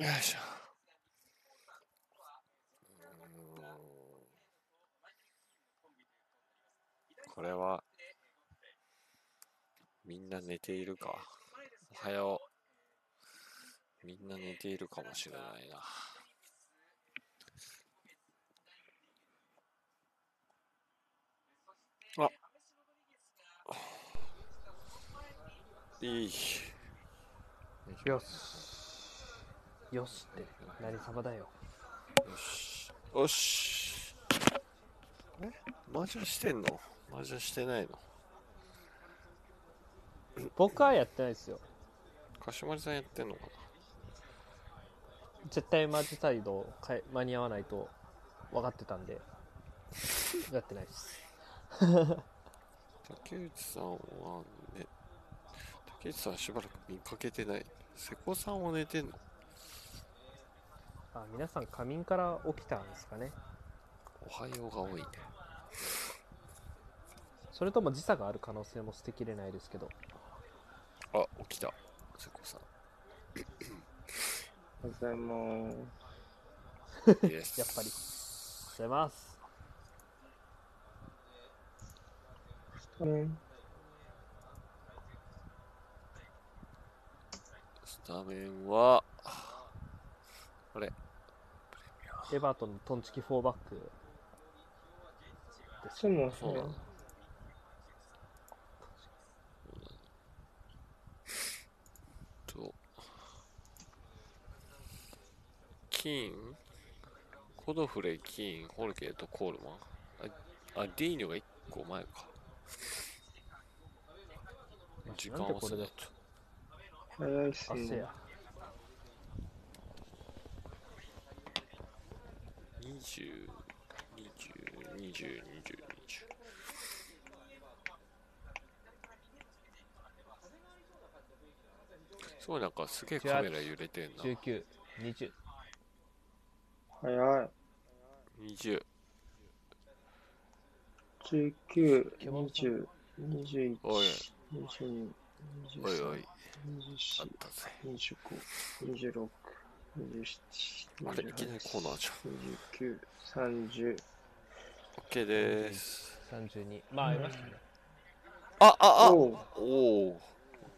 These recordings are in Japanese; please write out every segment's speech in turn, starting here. よいしょこれはみんな寝ているかおはようみんな寝ているかもしれないないいよしよしって何様だよよしよしえ麻雀してんの麻雀してないの僕はやってないですよかしまりさんやってんのかな絶対マジサイドかえ間に合わないと分かってたんでやってないです竹内さんはね竹内さんしばらく見かけてない瀬古さんは寝てんのあ皆さん仮眠から起きたんですかねおはようが多いねそれとも時差がある可能性も捨てきれないですけどあ起きた瀬古さん おはようございます。イエスやっぱりございますスタメンはあれエバートンのトンチキ4バックそもそそうなのも、と金コドフレ金ホルケーとコールマンああディーニョが1個前か時間遅なんれでちゃ早いっすあせねや。 20202020すごいなんかすげえカメラ揺れてんな1920早い。 20 19、獣さん20、21、おい22、23、おいおいあっ24、たぜ25、26、27、あれいきなりコーナーじゃん29、30、 OK です32まあありましたねあああおうおお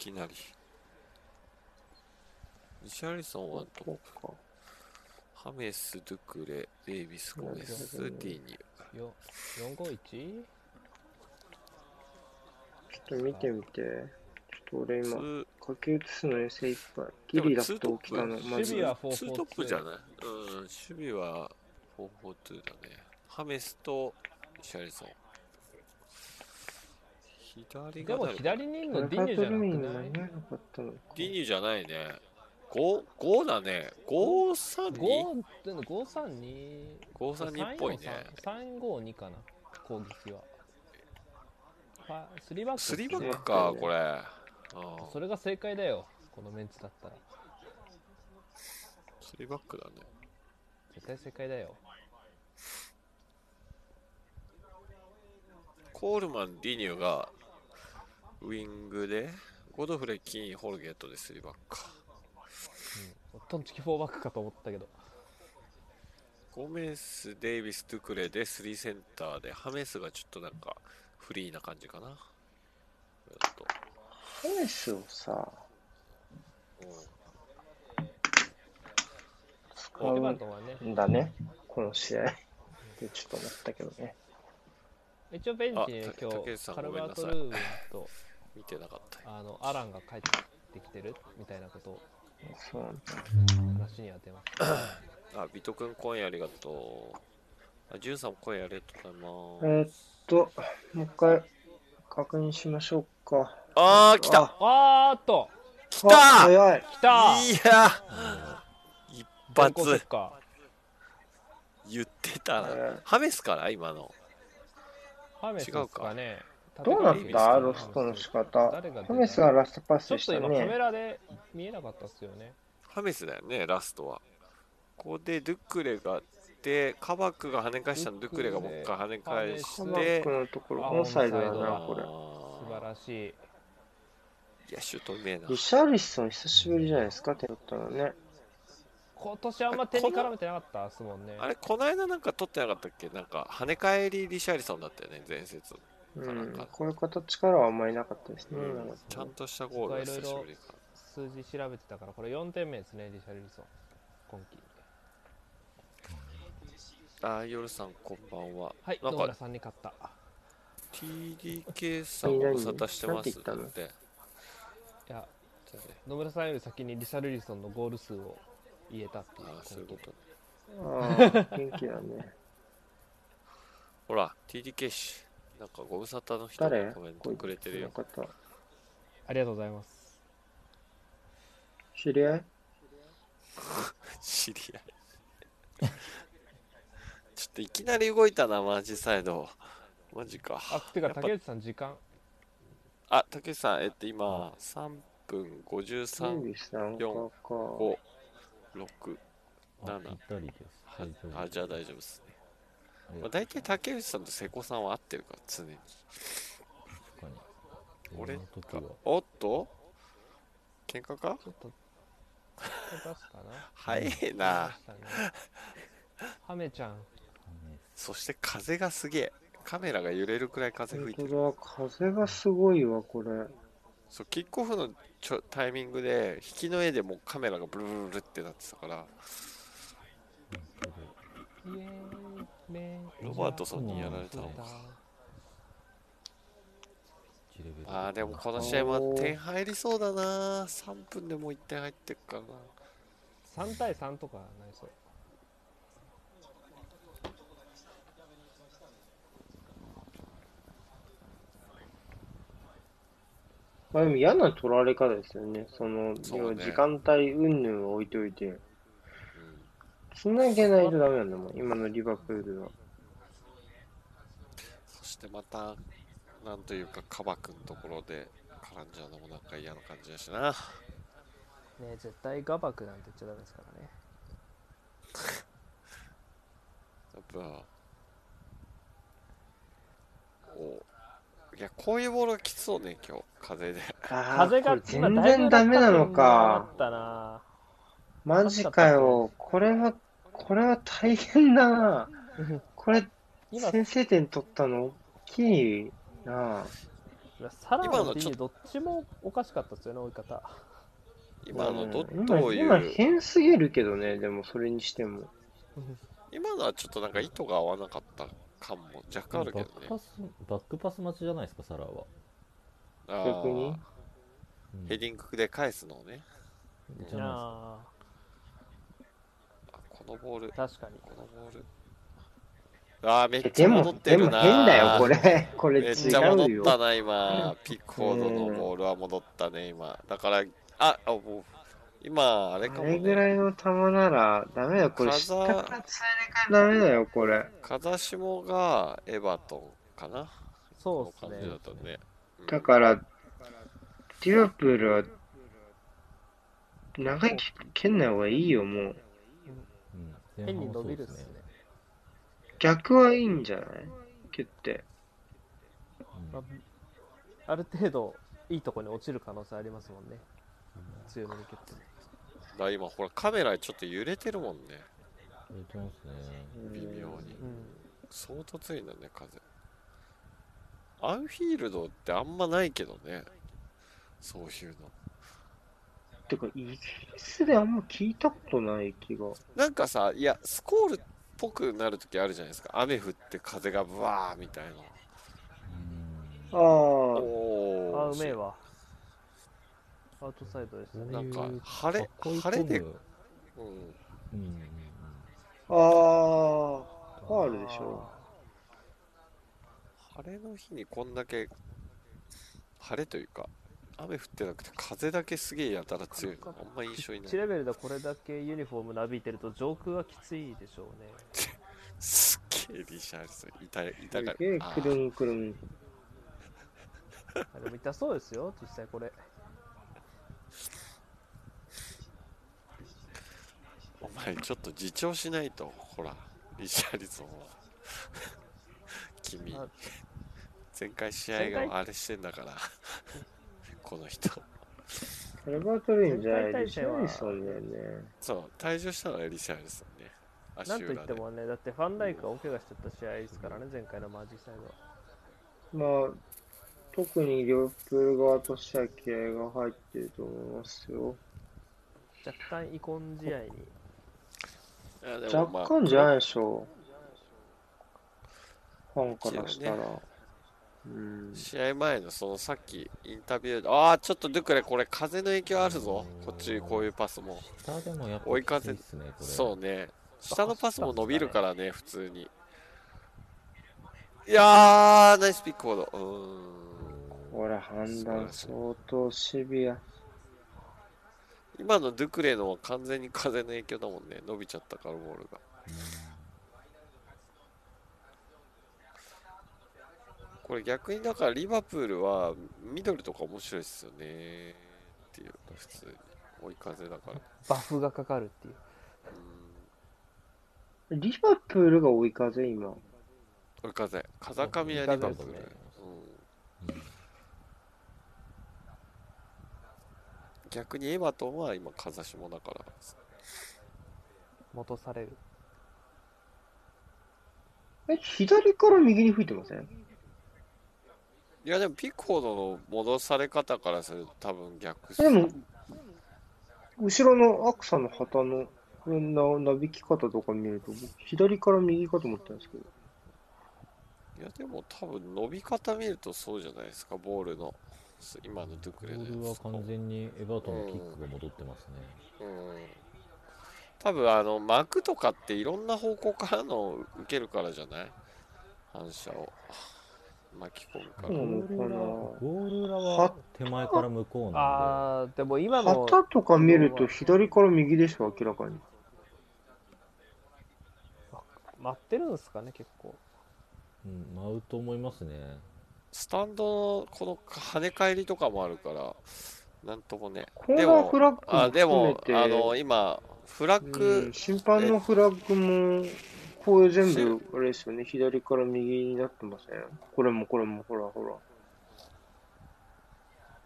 いきなり西アリソンはトッこプうか。ハメス、ドゥクレ、デイビス、ゴメス、ディーニュよ 451? ちょっと見てみて。ちょっと俺今、ツ書き写すのに精一杯。ギリだと起きたの、でもツートップま守ず。備はーツートップじゃ442ないうん、守備は4-4-2だね。ハメスとシャリソン。左でがも誰左にいるこれのディハーニューじトゃルミンにな間くないに合わなかったのか。ディーニュじゃないね。5、5だね。5、3、2。 5でも532 532っぽいね。 352かな攻撃はあ3バックスリーバッックか、これ。うんそれが正解だよこのメンツだったらスリーバックだね。絶対正解だよコールマン、ディーニュがウイングで、ゴドフレ、キン、ホルゲットでスリーバックか。トンチキ4バックかと思ったけどゴメス、デイビス、トゥクレで3センターで、ハメスがちょっとなんかフリーな感じかな。これだとハメスをさ、う使エうバーんトンはねだね、この試合。で、ちょっと思ったけどね。一応ベンチにあ今た竹内さ日んカルバート・ごルめーウンとん見てなかった。あのアランが帰ってきてるみたいなことをそうなんだ。話に当てますあ、ビト君、今夜ありがとう。あ、ジュンさんも今夜ありがとうございます。えーっと、もう一回確認しましょうか。あー、来たあーっと来ああたい早い来たやー一先行発結果言ってたな。早いハメスから今の。ハメスですかねどうなっいいですたねロストの仕誰方。が出たハメスがラストパちょスっしとた今カメね。ラで見えなかったっすよね。ハメスだよね、ラストは。ここでドゥクレがあって、カバックが跳ね返したの、ドゥクレがもう一回跳ね返カしバてック、のところ、あオンサイドオだンサイドなだ、これ。素晴らしい。いや、シュートうめえなリ。シャーリソン久しぶりじゃないですか、点取ったのね。今年あんま点に絡めてなかったですもんね。あれ、この間なんか取ってなかったっけなんか、跳ね返りリシャーリソンだったよね、前節。うなんんか、こういう形からはあんまりなかったですうね。なんんか、ちゃんとしたゴールが久しぶりか数字調べてたから、これ4点目ですね、リシャルリソン。今季。ら。あー、夜さん、こんばんは。はい、な野ん村か、さんに勝った。 TDK さんご無沙汰してます何何って。いや、野村さんより先にリシャルリソンのゴール数を言えたっていうああ、そういう今こ季と。ああ、元気だね。ほら、TDK 氏。なんか、ご無沙汰の人誰がコメントこいつくれてるのよ。方。ありがとうございます。知り合い知り合い。 ちょっといきなり動いたな、マジサイド。マジか。あ、てか、やっぱ竹内さん、時間。あ、竹内さん、えっと、今、3分53、デイビスさんか四か。 5、6、あ7ぴったりです。は大丈夫あ、じゃあ大丈夫ですね。ありまあ、がと大体竹内さんと瀬古さんは合ってるから、常に。う確かに。俺俺の時はおっと喧嘩かちょっと、ちょっと出すかな。早えな。出したね。ハメちゃん。雨そして風がすげえ。カメラが揺れるくらい風吹いて本る。当だ、風がすごいわ、これ。そう、キックオフのちょタイミングで、引きの絵でもうカメラがブルブルブルってなってたから、降るイエーイメジャーロバートソンにやられたのか一レベルあーでもこの試合も点入りそうだな3分でもう1点入ってるからな3対3とかなりそう。まあでも嫌な取られ方ですよね。その、そうね要は時間帯云々を置いておいて、繋げないとダメなんだもん、今のリバプールは。そしてまたなんというかカバ君のところで絡んじゃうのもなんか嫌な感じだしなね絶対ガバクなんて言っちゃダメですからね。やっぱおいやこういうボールがきつそうね今日風でああ、風こがれ全然ダメなのかあ。ったな。マジかよ。これは、これは大変 だな。これ、今、先制点取ったの大きいな。サラ今のの D ちょっどっちもおかしかったですよね、追い方。今のどうんどうい今、今う変すぎるけどね、でもそれにしても。今のはちょっとなんか意図が合わなかった感も若干あるけバどックねパスバックパス待ちじゃないですかサラは、あ逆にーうんヘディングで返すのをねじゃあなあこのボールあ、確かに。このボール。ああ、めっえちでゃ戻もっ、てでるもな。変だよ、こ。れ。 これめっ違ちゃ戻うっよ。たな、今。ピックフォードのボールは戻ったね、今。だから、あ、あもう、今、あれかあも、れぐね。らいの球ならダメだよ、これ。風下から伝えないからダメだよ、これ。風下がエバートンかな。そうこっすの感じだね。ったね。うんだから、リバプールは、長いキック蹴んない方がいいよ、もう。い、う変ん、に伸びるっすね。逆はいいんじゃない蹴って。うんまあ、ある程度、いいとこに落ちる可能性ありますもんね。強めに蹴って。だから今、ほら、カメラちょっと揺れてるもんね。揺れてますね微妙にう。ん。相当強いんだね、風。アンフィールドってあんまないけどね。そういうの。てか、イギリスであんま聞いたことない気が。なんかさ、いや、スコールっぽくなるときあるじゃないですか。雨降って風がブワーみたいな。あおあ、おあ、うめえわ。アウトサイドですね。なんかああいう晴れ囲い込む晴れてうんうん。うんうんああ、ファールでしょ。晴れの日にこんだけ、晴れというか、雨降ってなくて風だけすげえやたら強いの。あんま印象にな1い。レベルでこれだけユニフォームなびいてると上空はきついでしょうね。すっげえリシャールソン。痛い、痛すかっげえ、た。あくるーんくるん。あでも痛そうですよ、実際これ。お前ちょっと自重しないと。ほら、リシャールソンは。君あ、前回試合前があれしてんだから。この人。それは取るんじゃない全体で対し戦はょ、リソンだよね。そう、退場したのはリシャルソンね。足なん裏とでいってもね、だってファンダイクが大怪我しちゃった試合ですからね、前回のマージサイドは。まあ、特にリバプール側としては気合が入ってると思いますよ。若干遺恨試合に。いやでもまあ若干じゃないでしょう。ファンからしたら。一うん。試合前のそのさっきインタビューで、ああ、ちょっとドゥクレ、これ風の影響あるぞ。こっち、こういうパスも。下でもやっぱ追いきつ風いっすね、これ。そうね。下のパスも伸びるからね、普通に。いやー、ナイスピックボード。うーん。これ判断相当シビア。今のドゥクレのは完全に風の影響だもんね。伸びちゃったから、ボールが。これ逆にだからリバプールはミドルとか面白いですよね。っていう、普通に。追い風だから。バフがかかるっていう。うんリバプールが追い風、今。追い風。風上やリバプール。うんうん。逆にエバトンは今風下だから戻される。え、左から右に吹いてませんいやでもピックフォードの戻され方からすると多分逆っすでも、後ろのアクサの旗のななびき方とか見ると、僕左から右かと思ったんですけど。いやでも多分伸び方見るとそうじゃないですかボールの今のドゥボクレのやつールは完全にエバートンのキックが戻ってますね。うん多分あの幕とかっていろんな方向からの受けるからじゃない反射を巻き込むから、そうなのゴールか裏ゴール裏は手前から向こうなんあー、でも今なの、旗とか見ると左から右でしょ、明らかに。待ってるんですかね、結構。で、うん、舞うと思いますね。スタンドのこの跳ね返りとかもあるからなんともねコーナーフラッあグでもも含あめのて、今フラッうグん、審判のフラッグも、こういう全部、あれですよね、左から右になってませんこれもこれも、ほらほら。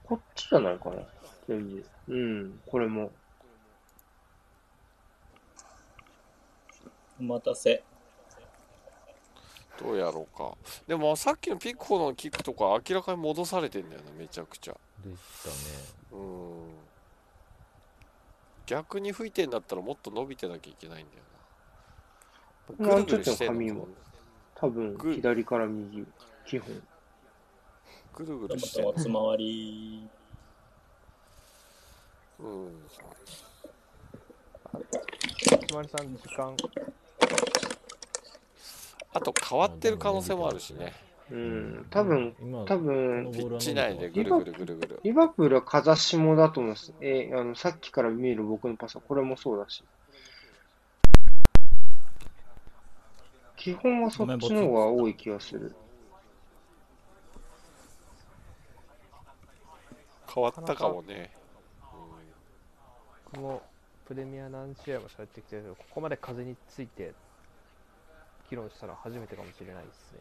こっちじゃないかな、全部。うん、これも。お待たせ。どうやろうかでもさっきのピックフォードのキックとか明らかに戻されてんだよねめちゃくちゃでしたうね。ん逆に吹いてんだったらもっと伸びてなきゃいけないんだよなもぐるうちぐょっるとしてん髪のも多分、グー左から右、基本。ぐるぐどうるもしてんどうのも、つまわり。うんつまりさん、時間。あと変わってる可能性もあるしねうん、多分、今多こ分、ピッチ内でぐるぐるぐるぐるリバプールは風下だと思うんです。えーあの、さっきから見える僕のパスはこれもそうだし。基本はそっちの方が多い気がする。変わったかもねこのプレミア何試合も喋ってきてるけど、ここまで風について議論したのは初めてかもしれないですね。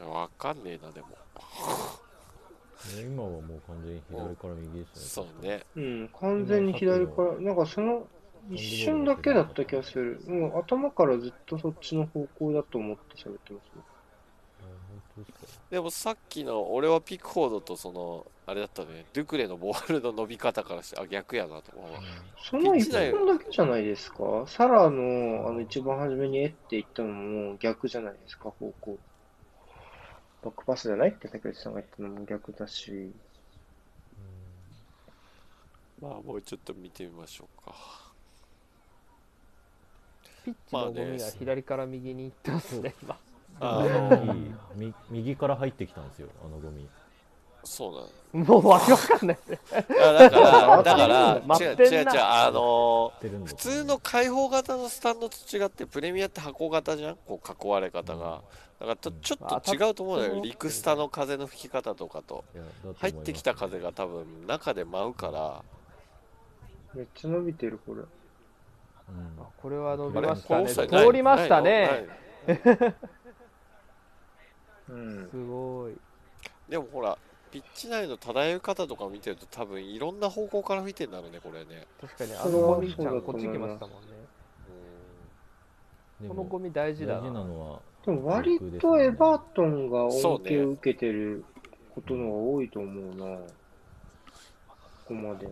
うんわかんねえなでもね今はもう完全に左から右ですそね。うねうん、完全に左から、なんかその一瞬だけだった気がする。もう頭からずっとそっちの方向だと思って喋ってますね。あ本当ですか。でもさっきの俺はピックフォードとそのあれだったねドゥクレのボールの伸び方からしてあ逆やなと思うわその一一台本だけじゃないですか。サラの、あの、一番初めにえって言ったのも逆じゃないですか、方向。バックパスじゃないって竹内さんが言ったのも逆だし。まあもうちょっと見てみましょうかピッチのゴミが左から右に行ってますね、今。あうのん右右から入ってきたんですよ、あのゴミ。そうなのもうわけわかんないですね。いやだから、だか 待ら、違っうてん違うな違う、あの出るんーだ普通の開放型のスタンドと違って、プレミアって箱型じゃん、こう囲われ方が。だからちょちょっと違うと思うんだまあよ、当たってると思うけどねリクスタの風の吹き方とかと。いやだと思います入ってきた風が多分中で舞うから、めっちゃ伸びてる、これ。うんあこれは伸あびれましたこうね。したらない通りましなたいね。ないうん。すごい。でもほら、ピッチ内の漂い方とか見てると多分いろんな方向から吹いてんだろうね、これね。確かに、あそのれはゴミちゃ、そうんだことっ思ちい来まますしたもんね。でこのゴもミ大大事事だなな。のはでも割とエバートンがそう恩ね恵を受けてることのが多いと思うな。ここまで。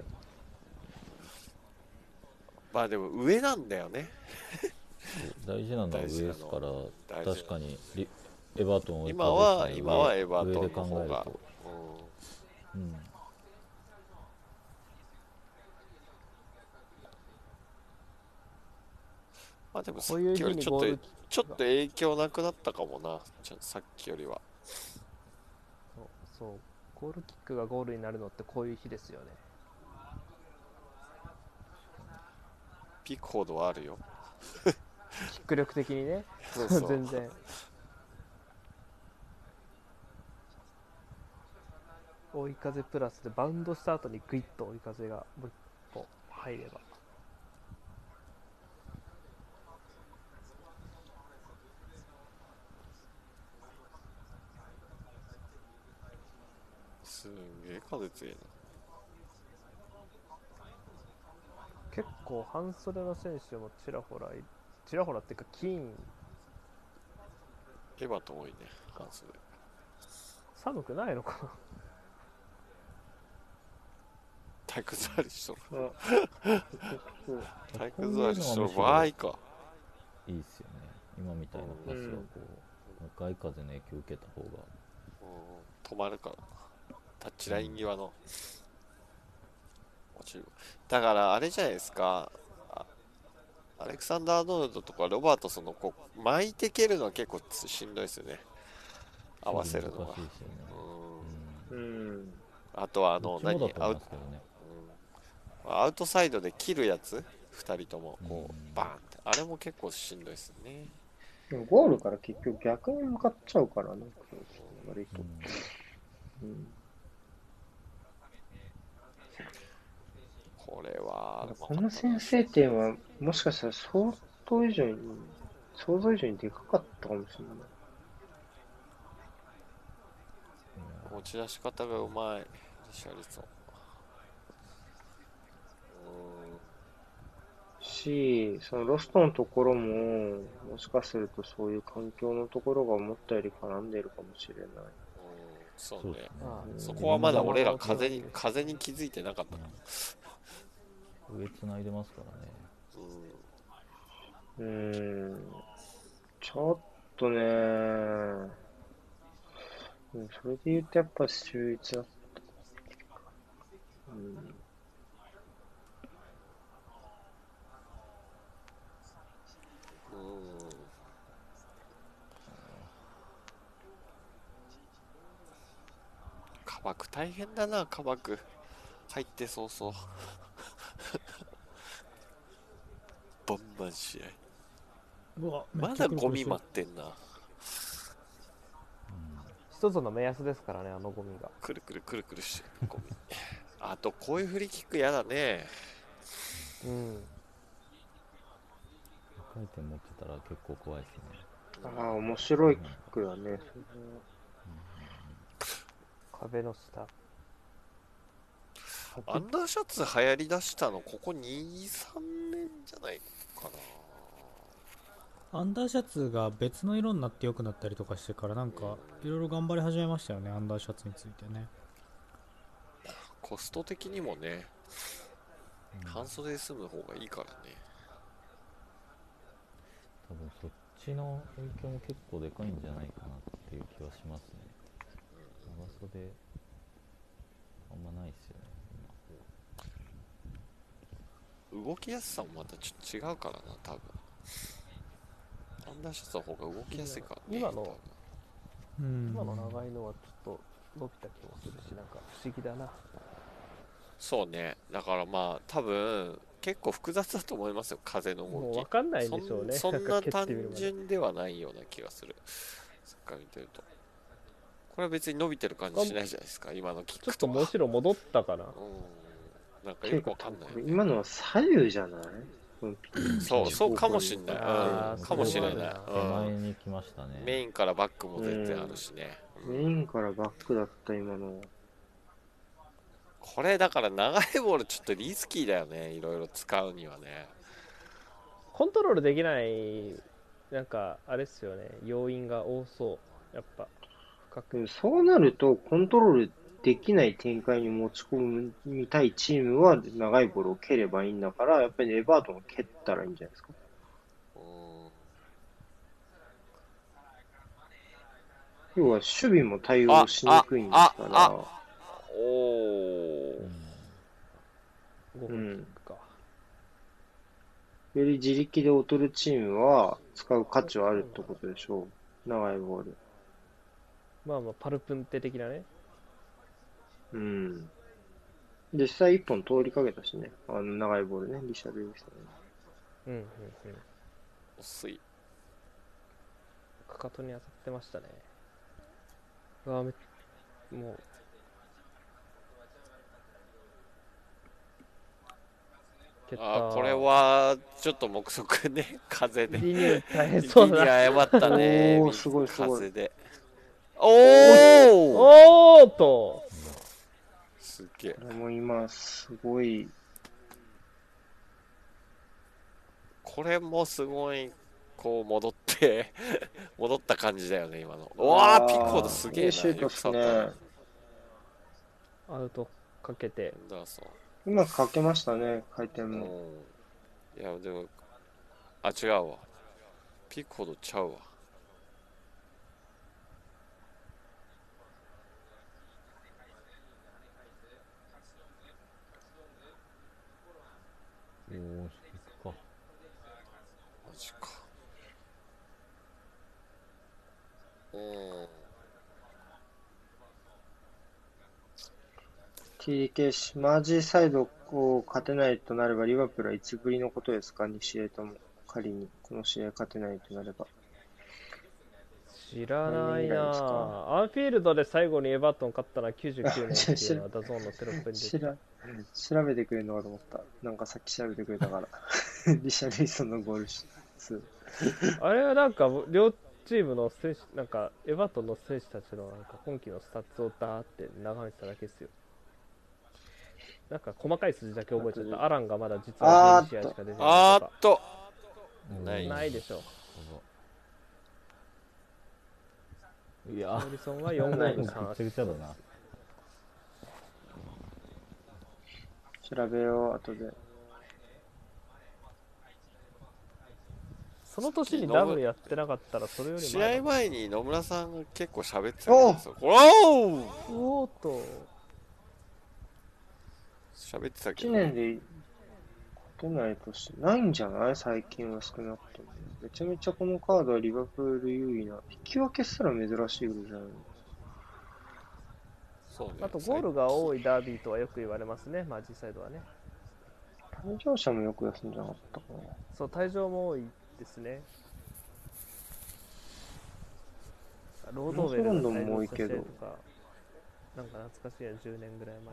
まあでも上なんだよね。大事なのは上ですか大ら事なの確かにリエバートンを追いかけて今は、今はエバー上トでンの考方えるがと。うんうんまあでもさこっうきいう日よりにちょっゴとール、ちょっと影響なくなったかもな、ちょさっきよりは。そうそう、ゴールキックがゴールになるのってこういう日ですよね。ピックほどはあるよ。キック力的にね、そうそう全然。追い風プラスでバウンドした後にグイッと追い風がもう一歩入ればすんげえ風強いな。結構半袖の選手もちらほらいちらほらっていうか金エバートン多いね、半袖。寒くないのかな体育座りしとる。あそう体こうい育うの座はりしとむるしろ場合か。いいっすよね今みたいなパスはこう向かい風の影響を受けた方がうん止まるからタッチライン際の落ちるだからあれじゃないですかあアレクサンダー・アーノルドとかロバートソンのこう巻いて蹴るのは結構つしんどいですよね合わせるのが難しいっすよねうんううん。あとはあんどのっちも何だとアウ思いますけどねうんアウトサイドで切るやつ2人ともこう、うんバーンってあれも結構しんどいですねでもゴールから結局逆に向かっちゃうからね。割と。うん。これはこの先制点は、もしかしたら相当以上に、想像以上にでかかったかもしれない。持ち出し方がうまいシャリソンうし、そのロストのところも、もしかするとそういう環境のところが思ったより絡んでるかもしれない。ーんうーんそうそうっすねねああそこはまだ俺らうん風に風に気づいてなかったな上繋いでますかうらねんうーん。ちょっとね、うんそれで言うとやっぱ秀逸だった。うん。うんカバク大変だなカバク入って早々バンバン試合まだゴミ待ってんな一つの目安ですからねあのゴミがくるくるくるくるしてるゴミあとこういうフリーキックやだねうん回転持ってたら結構怖いですねああ、面白いキックだね。壁の下アンダーシャツ流行りだしたのここ23年じゃないかアンダーシャツが別の色になって良くなったりとかしてからなんかいろいろ頑張り始めましたよねアンダーシャツについてねなコスト的にもね半袖で済む方がいいからね多分そっちの影響も結構でかいんじゃないかなっていう気はしますね長袖あんまないっすよね動きやすさもまたちょっと違うからな多分アンダーシャツの方が動きやすいからね今の多分うん今の長いのはちょっと伸びた気もするしなんか不思議だなそうねだからまあ多分結構複雑だと思いますよ風の動もうき分かんないんでしょうねそんそんなか蹴っ単てみるまで純ではないような気がするサッカー見てるとこれは別に伸びてる感じしないじゃないですか今のキッちょっクととむしろ戻ったかなうんなんかよくわかんない今のは左右じゃない分そう、そうかもしんない。あうーん、かもしれない。そうだ手う前ん、に来ましたね。メインからバックも全然あるしね。メインからバックだった今の。これだから長いボールちょっとリスキーだよね。いろいろ使うにはね。コントロールできない、なんか、あれっすよね、要因が多そう。やっぱ、深でく。もそうなると、コントロールできない展開に持ち込みたいチームは、長いボールを蹴ればいいんだから、やっぱりエバートンを蹴ったらいいんじゃないですか。うん要は、守備も対応しにくいんですあかあら。おうーん。ゴールキックか。より自力で劣るチームは使う価値はあるってことでしょう。長いボール。まあまあ、パルプンテ的なね。うん。実際一本通りかけたしね。あの長いボールね。リシャルリスうんうんうん。薄い。かかとに当たってましたね。うわめもう。蹴ったあーこれはちょっと目測ね。 風で。リニュー大変一気そうにだ な。謝ったね。おーすごいすごい風で。おおおーっとすっげえ。ね。もう今、すごい、これもすごい、こう戻って、 戻った感じだよね、今の。うわああ、ーピックフォードすげえいいシューな。トよっくす触ねったね。アウトかけて。だそう。うまくかけましたね。回転うも。ん。いや、でも、あ、違うわ。ピックフォードちゃうわ。おー、引くか。マジか。うん。 TDK マージサイドを勝てないとなれば、リバプールはいつぶりのことですか ?2 試合とも。仮に、この試合勝てないとなれば。知らない何がいいなですぁかアンフィールドで最後にエバートン勝ったのは99年って知いうらのはダゾーンのテロップに出してたら調べてくれるのかと思った。なんかさっき調べてくれたから。リシャルリソンのゴール数。あれはなんか両チームの選手なんかエバートンの選手たちのなんか今季のスタッツをダーって眺めてただけですよなんか細かい数字だけ覚えちゃったアランがまだ実はあー12っと試合しか出てないあーとかっと、おーないでしょいやモ、リソンはな4んゴかーぐルちゃ3アぐちゃだな。調べよう、後で。その年にダブルやってなかったらそれより試前合だ前に野村さんが結構喋ってたんですよ。おおおーっと喋ってたけ1ど。年で勝てない年、ないんじゃない最近は少なくとも。めちゃめちゃこのカードはリバプール優位な。引き分けすら珍しいことじゃないそうね。あとゴールが多いダービーとはよく言われますねマージサイドはね退場者もよく休んじゃなかったかな。そう退場も多いですねロードウェルが退場ロンドンも多いしたけど試合とかなんか懐かしいや10年ぐらい前の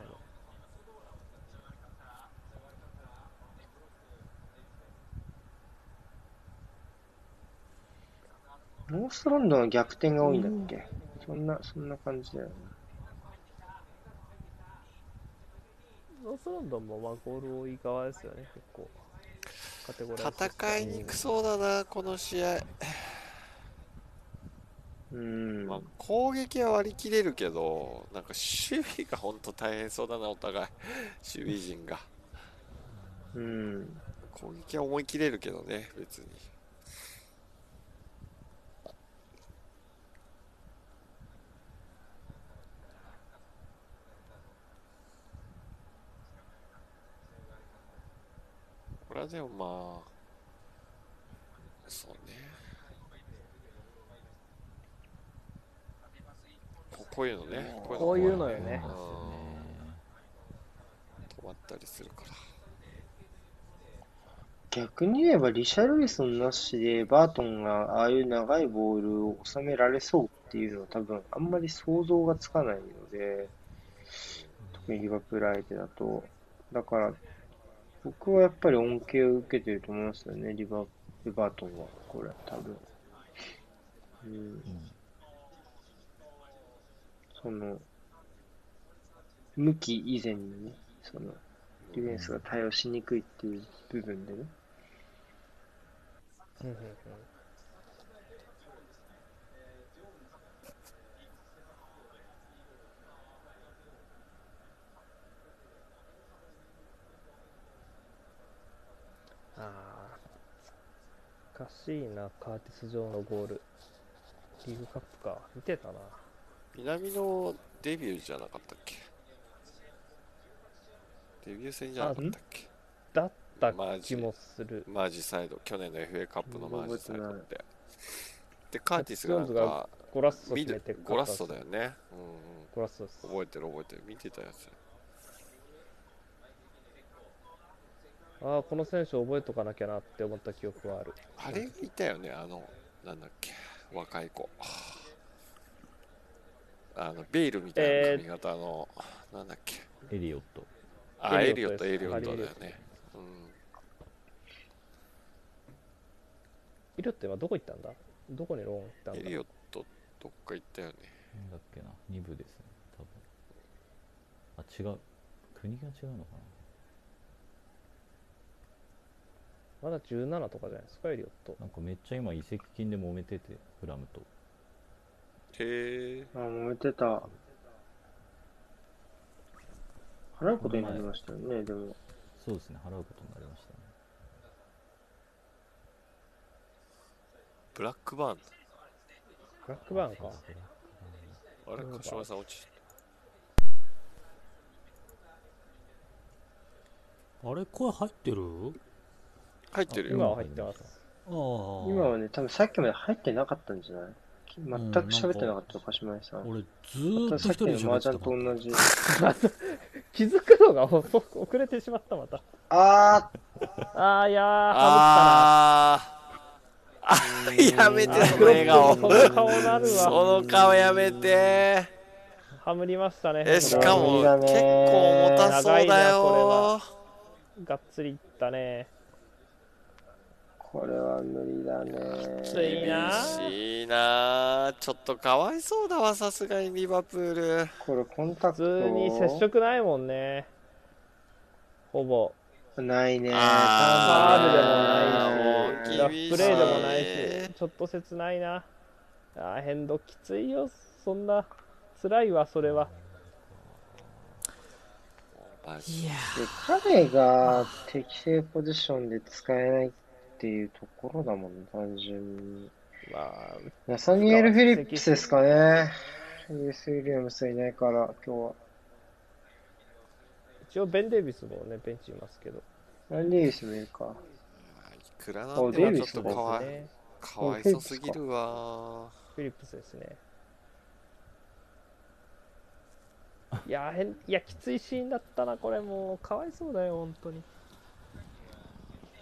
ノースロンドンは逆転が多いんだっけそんな、そんな感じだよね。ノースロンドンもまあゴール多い側ですよね結構カテゴライズとして戦いにくそうだな、この試合。うん。まあ、攻撃は割り切れるけど、なんか守備が本当大変そうだな、お互い。 守備陣が。うん。攻撃は思い切れるけどね、別に。これはでもまあ、そうね。ここういうのね、ここういうのよねうんう止まったりするから。逆に言えば、リシャルリソンなしで、バートンがああいう長いボールを収められそうっていうのは多分、あんまり想像がつかないので、特にリバプール相手だと。だから、僕はやっぱり恩恵を受けてると思いますよね、リバエバートンは、これ、多分。うん。その、向き以前にね、その、ディフェンスが対応しにくいっていう部分でね。うんうんうんあー難しいなカーティス・ジョーのゴールリーグカップか見てたな南のデビューじゃなかったっけデビュー戦じゃなかったっけだったマ気ジもするマージサイド去年の FA カップのマージサイド覚っえてでカーティスがなんジョーンズかがゴラッソ見決めてて勝ったゴラッソだよね、うゴラッソですんうん、覚えてる覚えてる見てたやつああこの選手覚えとかなきゃなって思った記憶はあるあれがいたよねあのなんだっけ若い子あのベイルみたいな髪型の、なんだっけエリオット。あエエリリオオッットトエですリオットだよハリーエリオットでねす、うんイルって今どこ行ったんだどこにローン行ったんだエリオットどっか行ったよねなんだっけな、2部ですね、多分。あ、違う。国が違うのかまだ17とかじゃないですか、エリオット。ななんかめっちゃ今移籍金で揉めてて、フラムと。へえあ、揉めてた。払うことになりましたよね、でも。そうですね、払うことになりましたね。ブラックバーンブラックバーンか。あれなんか柏さん落ちたあれ声入ってる入ってるよ今は入ってます。ああ今はね、多分さっきまで入ってなかったんじゃないき全く喋ってなかった、鹿島井さん。俺ずーっとさ一っき人ので麻喋ってた雀かとら同じ。気づくのが遅く遅れてしまっ た、また。ああー、いやー、かあーあーやめてその笑顔ぶったな。この顔なるわ。その顔やめてはむりましたね。えしかも結構重たそうだよがっつりいったね。ー、これは無理だね。ついな厳しいなちょっとかわいそうだわさすがにリバプールこれコンタク普ト通に接触ないもんね。ほぼ。ないね。フあタンバーーでももないしラう厳しいフプレーでもないし、ちょっと切ないな。あー、変動きついよ。そんな、辛いわ、それは。マジいやで彼が適正ポジションで使えないっていうところだもんね、単純に。まあ、ナサニエル・フィリップスですかね。ルイス・ウィリアムスいないから、今日は。一応ベン・デイビスもね、ベンチいますけど。ランデイビスもいるいか。くらなんであデイもビちスょだっとかわいね。かわいそうすぎるわフィリップスですね。いやーへん、いや、きついシーンだったな、これもう、かわいそうだよ、本当に。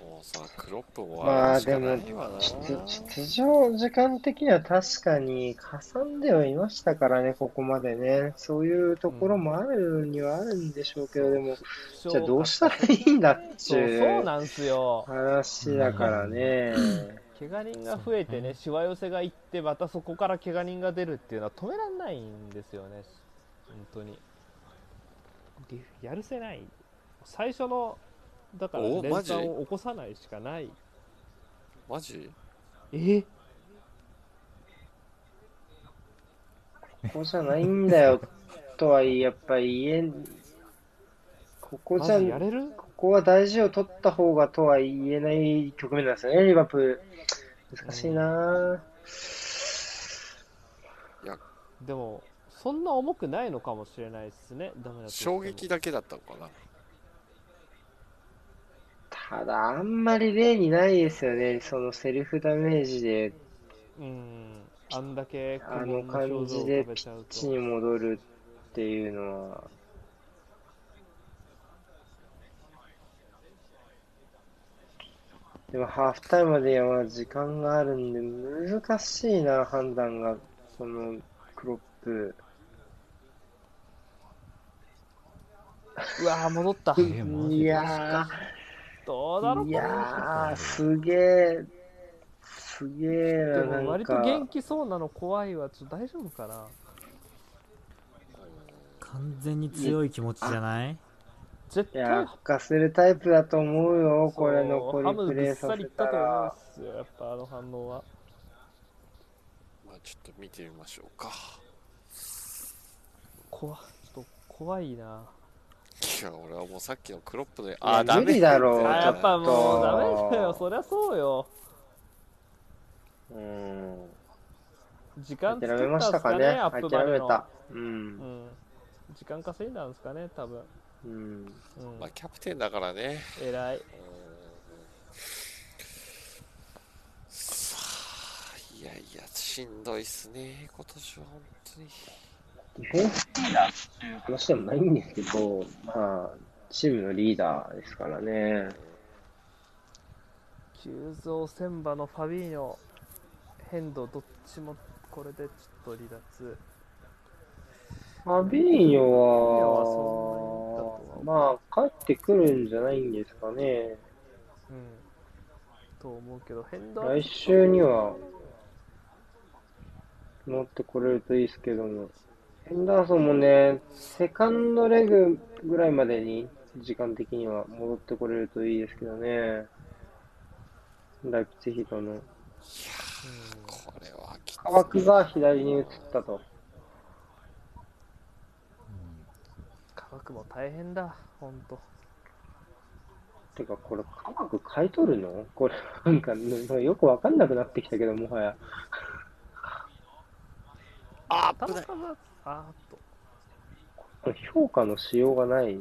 もうさクロップもま笑あうしかでなもいわな、出出場時間的には確かに、かさんではいましたからね、ここまでね。そういうところもあるにはあるんでしょうけど、でも、じゃあどうしたらいいんだっちそうゅそううなんすよ。話だからね。怪我人が増えてね、しわ寄せがいって、またそこから怪我人が出るっていうのは止められないんですよね、本当に。ディフやるせない。最初の、だから、お連マジ打を起こさないしかない。マジえここじゃないんだよ、とはいえ、やっぱり言えん、ここまじゃずん、やれるここは大事を取った方がとは言えない局面なんですよね、リバプール。難しいなでもそんな重くないのかもしれないですねダメだとしても衝撃だけだったのかなただ、あんまり例にないですよね、そのセルフダメージで、うんあんだけ苦あ悶のな感表情をじ浮でかピべちゃッうチとに戻るっていうのは、でもハーフタイムまでは時間があるんで、難しいな、判断が、このクロップ。うわー戻ったえーマジいでやどうだろういやー、すげえ、すげえでな、もなん割とか、元気そうなの怖いわちょっと大丈夫かな完全に強い気持ちじゃない絶い対や、吹かせるタイプだと思うよ、これ残ハりムぐプレっイささりいせったたと思うんらで。すよやっぱあの反応はまあちょっと見てみましょうか。怖ちょっと怖いないや、俺はもうさっきのクロップで、いやあ、ダメ無理だろうってあちょっとやっぱもうダメだよそりゃそうようん。時間作諦っためんまでしすたかかねねアップま諦でめのた。う。うんん時間稼いだんですかね多分うん。うんまあキャプテンだからね。偉いさあ、いやいや、しんどいっすね、今年は本当に。ディフェンスリーダーっていう話でもないんですけど、まあ、チームのリーダーですからね。急増千葉のファビーニョ変動どっちもこれでちょっと離脱ファビーニョははそ、んなにまあ、帰ってくるんじゃないんですかね。うんと思うけど変動は来週には、持ってこれるといいですけども。ヘンダーソンもね、セカンドレグぐらいまでに、時間的には戻ってこれるといいですけどね。ライプツィヒとの。これはきつい川久が左に移ったと。科学も大変だほんとてか、これ、科学買い取るのこれ、なんか、よくわかんなくなってきたけど、もはや。あ、田危ない。中があーっと評価のしようがない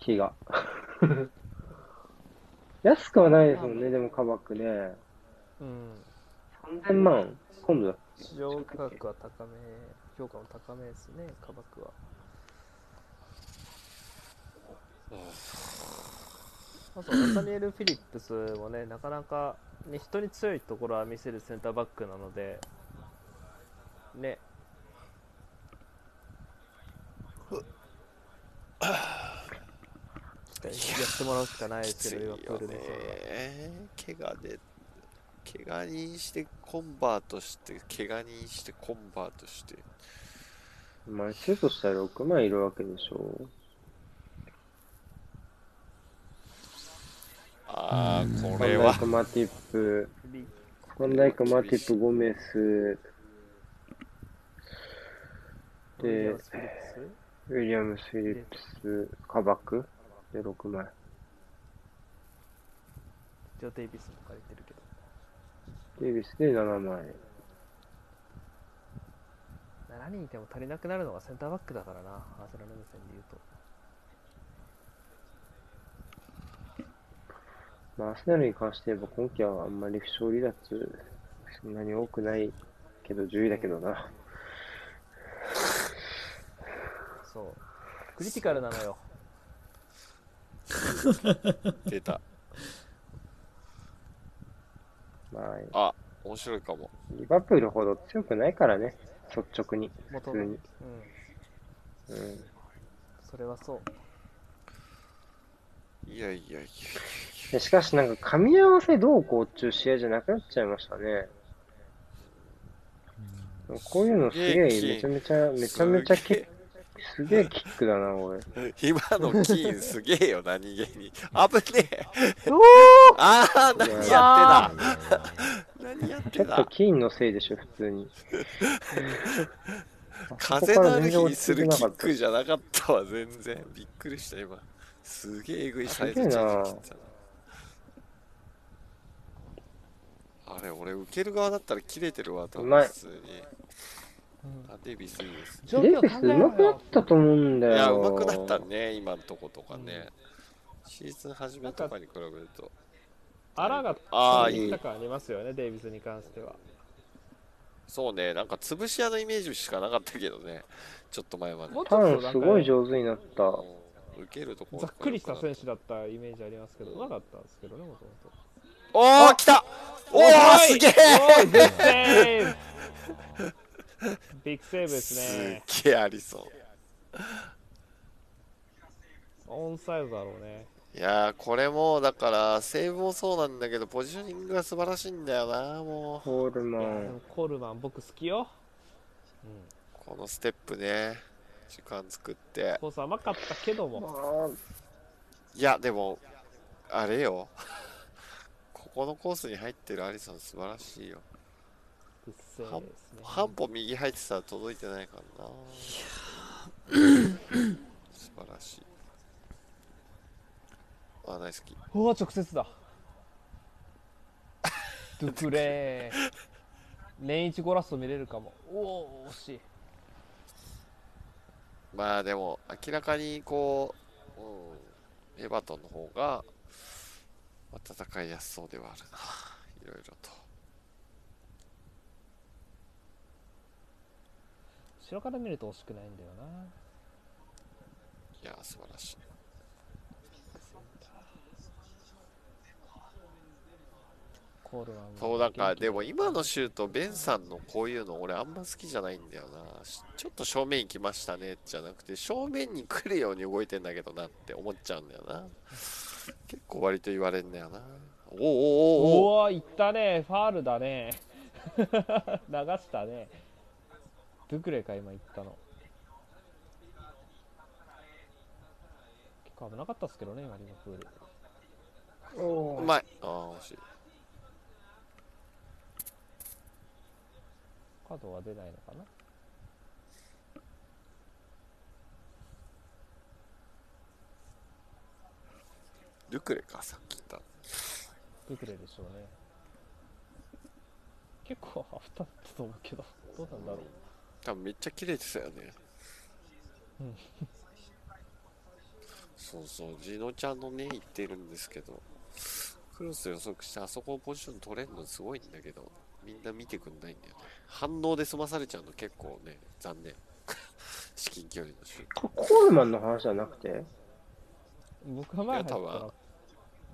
気が。 安くはないですもんね、でもカバックね。うん3000万今度だ。市場価格は高め評価も高めですね価格はあとナサニエル・フィリップスもねなかなか、ね、人に強いところは見せるセンターバックなのでね期待してやってもらうしかないできすつけいどリよバプールの方はね。怪我で、怪我人してコンバートして、怪我人してコンバートして。枚数としたら6枚いるわけでしょ。ああ、こファれンダイは。ク、マティップ、フリーファンダイク、マティップ、ゴメス、ウィリでアムスフィリップスウィリアムス・フィリップス、カバックで6枚。ジョー・デイビスも借りてるけどデイビスで7枚。 7人いても足りなくなるのがセンターバックだからなアーセナル目線で言うとまあ、アーセナルに関して言えば今季はあんまり負傷離脱そんなに多くないけど10位だけどな。そうクリティカルなのよ出た。まあ、あ、面白いかも。リバプールほど強くないからね、率直に、元普の通うにん。うん、それはそういやいやいや。でしかし、なんか噛み合わせどうこうっていう試合じゃなくなっちゃいましたね。こういうのすげえすげえめちゃめちゃ、めちゃめちゃキック、すげえキックだな、俺。今のキーンすげえよ、何気に。危ねえ。ああ、何やってた。何やっちょてっとた。金のせいでしょ、普通に。風のある日にするキックすじゃなかったわ、全然。びっくりした、今。すげええぐいサイズすげえチなェンジ切ったな。あれ、俺、受ける側だったら切れてるわ、多うま分い普通に。あ、デイビスいいです。状レ況ベス考え上手くなよったと思うんいだよ。や、うまくなったね、今のとことかね。シーズン初めとかに比べると。アラがああ、いいた。感ありますよねデイビスに関してはそうね、なんか潰し屋のイメージしかなかったけどね、ちょっと前まで。もうちタょっーとンなんすかごい上手になった。うん受けるところざとっかくりしたよくな選手だったイメージありますけどうまかったんですけどねもともとおお、来たおお、すげおいビえッグセーブビッグセーブですすねっげえありそう。オンサイドだろうね。いやー、これも、だから、セーブもそうなんだけど、ポジショニングが素晴らしいんだよな、もう。コールいマやでもン。コールマン僕好きよ。うん。このステップね、時間作って。コース甘かったけどまも。あ、いや、でも、あれよ。ここのコースに入ってるアリソン素晴らしいよ。うっせーですね。半歩右入ってたら届いてないからな。素晴らしい。あ、大好き。うわ、直接だ。ドゥクレー。年一ゴラスト見れるかも。おお、惜しい。まあでも、明らかにこう、うん、エバートンの方が、まあ戦いやすそうではあるな。いろいろと。後ろから見ると惜しくないんだよな。いや、素晴らしい。コールマンもそう、だから、でも今のシュート、ベンさんのこういうの、俺あんま好きじゃないんだよな。しちょっと正面行きましたね、じゃなくて、正面に来るように動いてんだけどなって思っちゃうんだよな。結構割と言われんだよな。おおおおおおおいったねファールだね 流したねドゥクレか今いったの結構危なかったっすけどね今リバプールおうーまい。ああ、惜しい。カードは出ないのかなルクレか、さっき言った。ドゥクレでしょうね結構アフターだったと思うけどどうなんだろう多分めっちゃ綺麗でしたよねうんそうそうジノちゃんのね言ってるんですけどクロス予測してあそこのポジション取れるのすごいんだけどみんな見てくんないんだよね反応で済まされちゃうの結構ね残念 至近距離のシュートコールマンの話じゃなくて僕は前入ったいや多分ら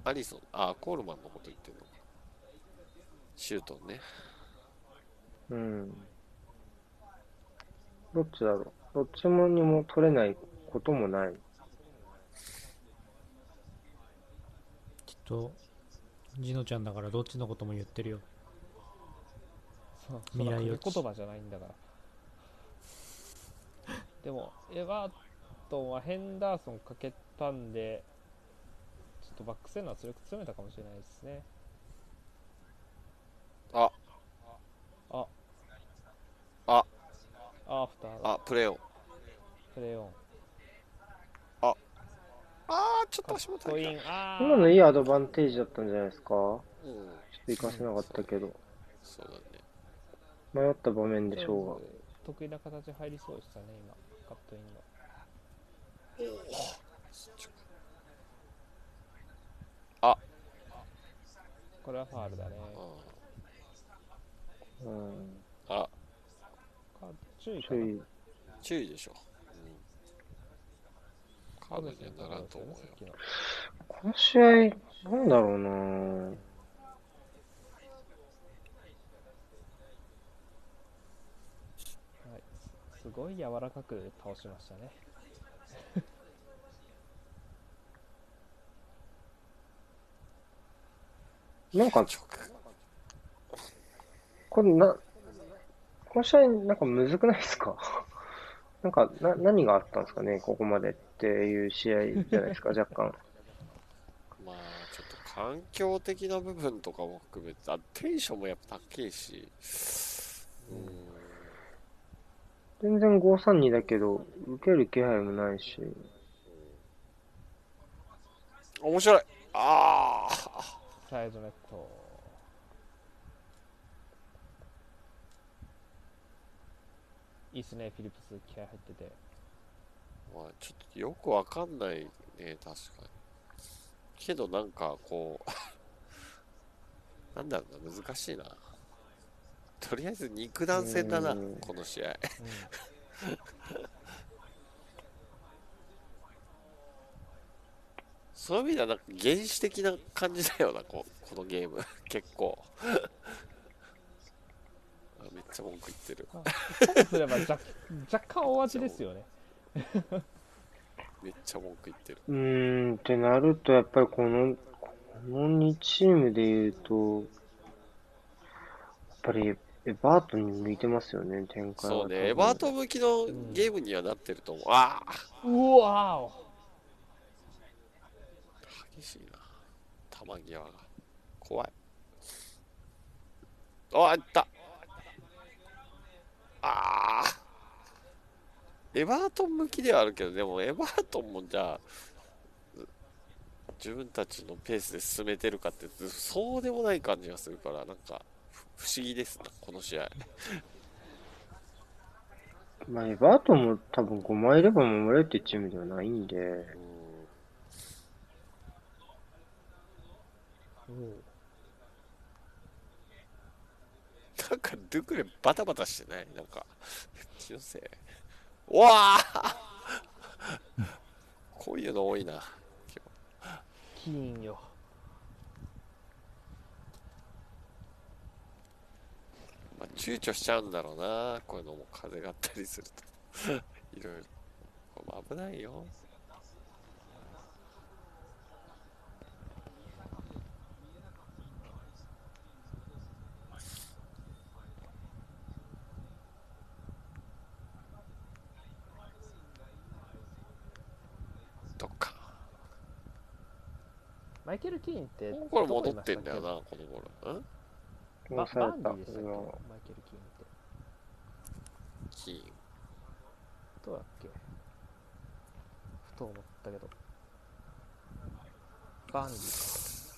アリソンあコールマンのこと言ってるのかシュートねうん。どっちだろう。どっちもにも取れないこともない。きっとジノちゃんだからどっちのことも言ってるよそうそ未んな来掛予知け言葉じゃないんだからでもエバートンはヘンダーソンかけたんでちょっとバックスへの圧力強めたかもしれないですねあああアフターだあプレーオンプレーオンあーちょっと足元コ足りイないンあ今のいいアドバンテージだったんじゃないですかちょうんっと活かせなかったけど。そうだね迷った場面でしょ得意な形入りそうでしたね今カットインがこれはファールだねううが。うん。んあカード注意か注な意。注意でしょ、うん、カカーードドですにねはならんと思うよさっきのこの試合、なんだろうなはい、すすごい柔らかく倒しましたね。なんか、直これな、この試合、なんかむずくないですか なんか、な、何があったんですかねここまでっていう試合じゃないです か若干。まあちょっと環境的な部分とかも含めてあテンションもやっぱ高いしうん全然532だけど、受ける気配もないし。面白いああサイドネット。いいっすね、フィリップス、気合入ってて。まあちょっとよくわかんないね確かにけどなんかこう なんだろうな難しいなとりあえず肉弾戦だなうんこの試合うん、そういう意味ではなんか原始的な感じだよなここのゲーム結構あめっちゃ文句言ってるすれば若若干大味ですよね。めっちゃ文句言ってる。うーん、ってなると、やっぱりこの、この2チームで言うと、やっぱりエバートンに向いてますよね、展開は。そうね、エバートン向きのゲームにはなってると思う。ああうわお激しいな。玉際が。怖い。ああ、いった。ああ。エバートン向きではあるけど、でもエバートンもじゃあ、自分たちのペースで進めてるかって言うと、そうでもない感じがするから、なんか、ふ不思議ですな、この試合。まあ、エバートンも多分5枚いれば守れるっていうチームではないんで、うんなんか、ドゥクレバタバタしてないなんか、気のせい。わあ こういうの多いな。キーンよまあ、躊躇しちゃうんだろうな。こういうのも風があったりすると。 いろいろ。これも危ないよ。どっか。マイケル・キーンってこれ戻ってんだよな、この頃。んもどうこされいましたっけババた、ンディでしたっけ今マイケル・キーンってキーン。どうだっけふと思ったけどバンディうんす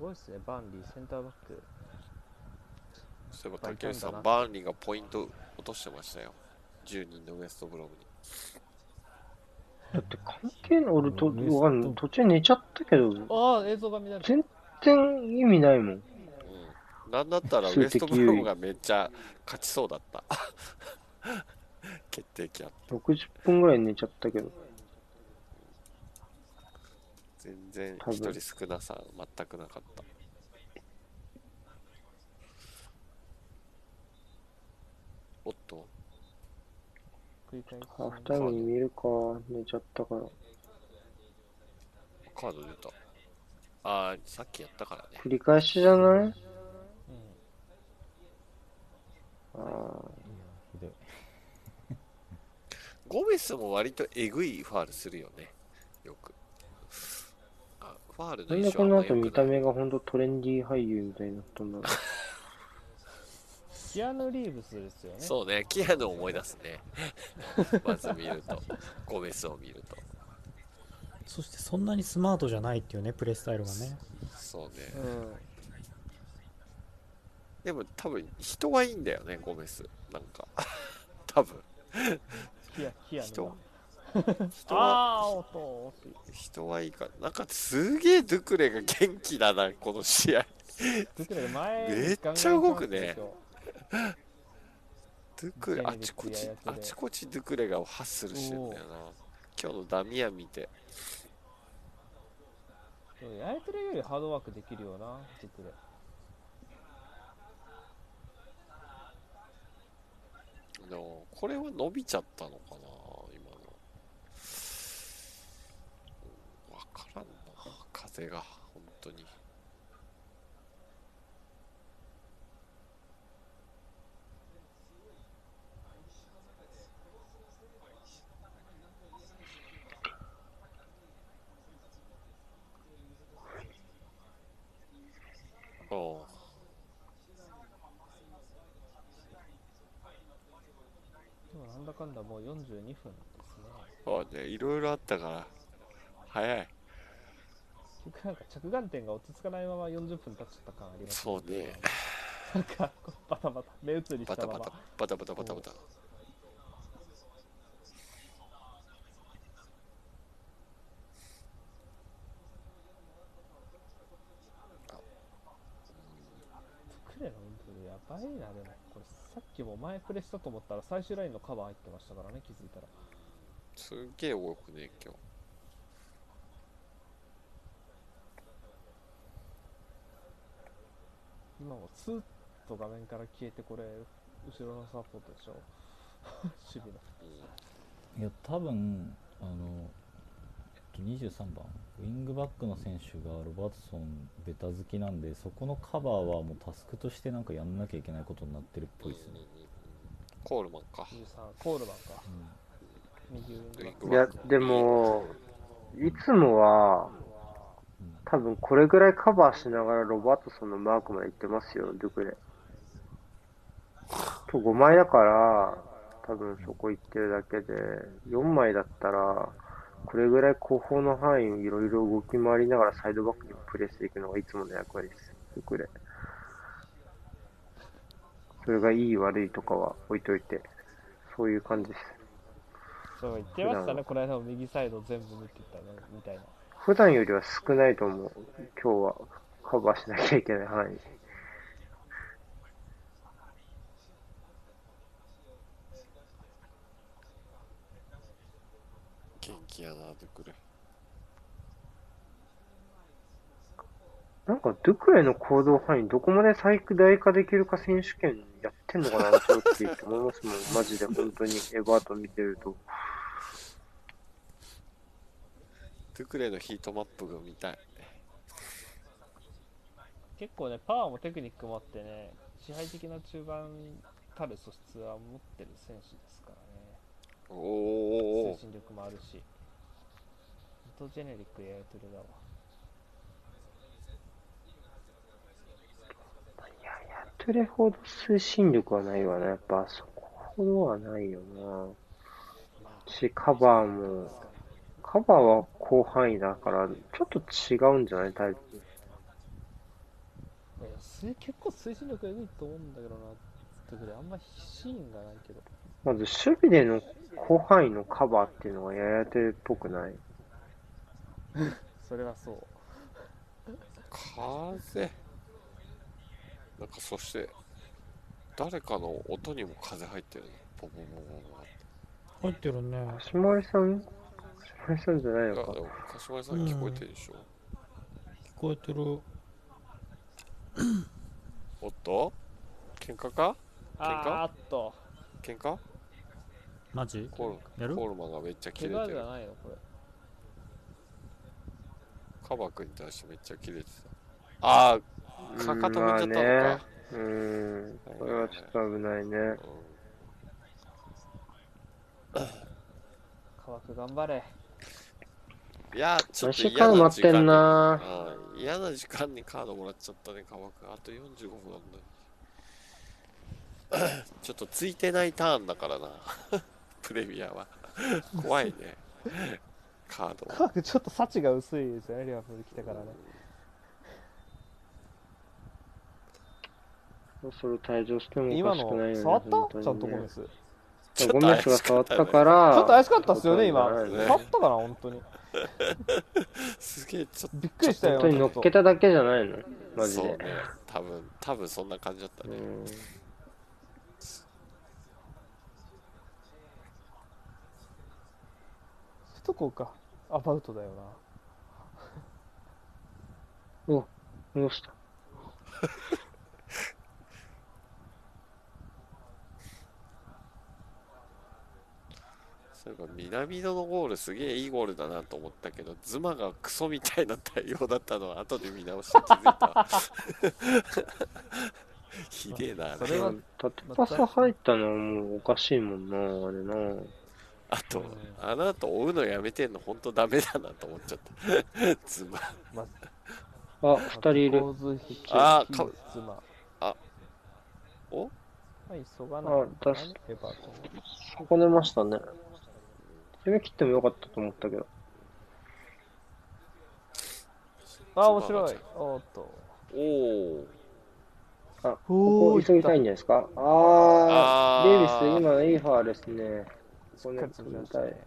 ごいっすねバンディセンターバックそういえば竹内さ、バイタンだなんバーンリーがポイント落としてましたよ。10人のウエストブロムに。だって関係ない、俺と、ウエストわかんない途中寝ちゃったけど、ああ映像が乱れる全然意味ないもん。うん。なんだ ったらウエストブロムがめっちゃ勝ちそうだった。 決定機あって60分ぐらい寝ちゃったけど。全然多分一人少なさ全くなかった。おっと、繰り返しハーフタイムに見るか、寝ちゃったから。カード出た。ああ、さっきやったからね。繰り返しじゃないああ、ひどいゴメスも割とえぐいファールするよね。よく。あファールのなんで印象こあんのま後良見くなたい。目がほんとトレンディー俳優みたいになったんだろキアヌ・リーブスですよねそうね、キアヌを思い出す ね。まず見ると、ゴメスを見ると。そしてそんなにスマートじゃないっていうねプレイスタイルがねそうね。うんでも多分、人はいいんだよね、ゴメス。なんか。 多分、キアキアヌ人がは。人は、ああおっとおっと人はいいから。なんかすげえドゥクレが元気だな、この試合。ドゥクレが前めっちゃ動くねドゥクレ、いあやちこいちやいや、あちこちドゥクレがハッスルしてんだよな。今日のダミアン見て、やれてるよりハードワークできるよなドゥクレでもこれは伸びちゃったのかな、今の。うんわからんな、風が、本当に。おうでもなんだかんだもう42分ですねそうね、いろいろあったから、早い。結局なんか着眼点が落ち着かないまま40分経っちゃった感ありますそねうね、なんかこうバタバタ目移りバしたタまバまタ、バタバタバタバタ。クレの運動やばいなでもこれさっきも前プレしたと思ったら最終ラインのカバー入ってましたからね気づいたらすっげえ多くね、今日。今もツーッと画面から消えてこれ後ろのサポートでしょ 守備の。いや多分あの、えっと、23番ウィングバックの選手がロバートソンベタ好きなんでそこのカバーはもうタスクとしてなんかやんなきゃいけないことになってるっぽいですね、コールマンか。 13、コールマンか。うん右ウ上ィにン。グいバやック、でも、いつもは、うん多分これぐらいカバーしながらロバートソンのマークまで行ってますよ、ドゥクレ。と5枚だから、多分そこ行ってるだけで、4枚だったら、これぐらい後方の範囲をいろいろ動き回りながらサイドバックにもプレスでいくのがいつもの役割です、ドゥクレ。それがいい悪いとかは置いといて、そういう感じです。そう言ってましたね、この間も右サイド全部見てたね、みたいな。普段よりは少ないと思う。今日はカバーしなきゃいけない範囲。元気やな、ってくる。なんか、ドゥクレの行動範囲、どこまで最大化できるか選手権やってんのかな、正直って思いますもん。 マジで、本当に、エバートン見てると。トゥクレのヒートマップが見たい。結構ね、パワーもテクニックもあってね、支配的な中盤たる素質は持ってる選手ですからね。おお推進力もあるし。ずっとジェネリックやれてるだわ。いや、やってるほど推進力はないわな、やっぱ、そこほどはないよな。し、カバーも、カバーは広範囲だから、ちょっと違うんじゃないタイプ。いや推結構推進力がいいと思うんだけどな、とくで、あんまシーンがないけど。まず、守備での広範囲のカバーっていうのがややてっぽくない。それはそう。風。なんかそして、誰かの音にも風入ってるね。ポンポンポンポンポンって入ってるね。かしまりさんかしまりさんじゃないいや、のかで。も、かしまりさん聞こえてるでしょ。聞こえてる。おっと喧嘩かあーっと、喧嘩マジコやールるコールマンがめっちゃ切怪れ我てじるゃ。ないの、これ。カバ君に対してめっちゃ切れてた。ああ、かかと向いちゃったのか。うーん、これはちょっと危ないね。川久頑張れ。うんいや、ちょっとし嫌な待時って間んにな。あー嫌な時間にカードもらっちゃったね、川君。あと45分なんだよ ちょっとついてないターンだからな。 プレミアは。怖いね。カードは。 川久ちょっと幸が薄いですよね、リバプール来てからね。そろそろ退場してもお今かしくないよの、ね。触本った当ちゃんとにゴねメス。ちょちょっゴとメ怪スがし触かっったたね。から、っと怪しかったっすよね、今。そうなんだよね触ったかな、本当に。すげえ、ちょっびっくりしたよ。本当に乗っけただけじゃないのマと、ジそうねで。。多分、多分そんな感じだったうね。んしとこうか。アバウトだよな。お、どうしたそういえば南野のゴールすげえいいゴールだなと思ったけどズマがクソみたいな対応だったのは後で見直して気づい たひでえなあそれれは縦パス入ったのはもうおかしいもんな、あれな。あとあの後追うのやめてんのほんとダメだなと思っちゃったズマあ、二人いる。洪水引きあーかか妻。おはい、急があないの、か出なしね。エバートン損ねましたね。攻め切ってもよかったと思ったけど。あー、面白い。おーっと。おおあ、こおこー急ぎたいんじゃないですかああー、ーデイビス、今のいいファーですね。ここね、しっかり潰しま組みしたたいね。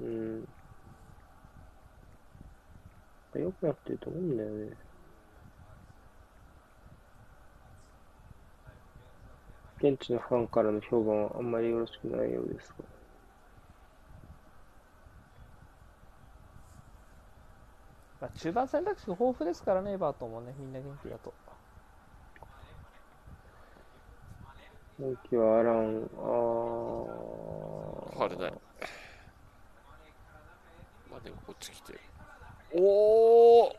うん。良くなってると思うんだよね。現地のファンからの評判はあんまりよろしくないようですが。まあ、中盤選択肢が豊富ですからね、エバートンもね、みんな元気だと。今季はアラン、あーあれない。まあでもこっち来てる。おお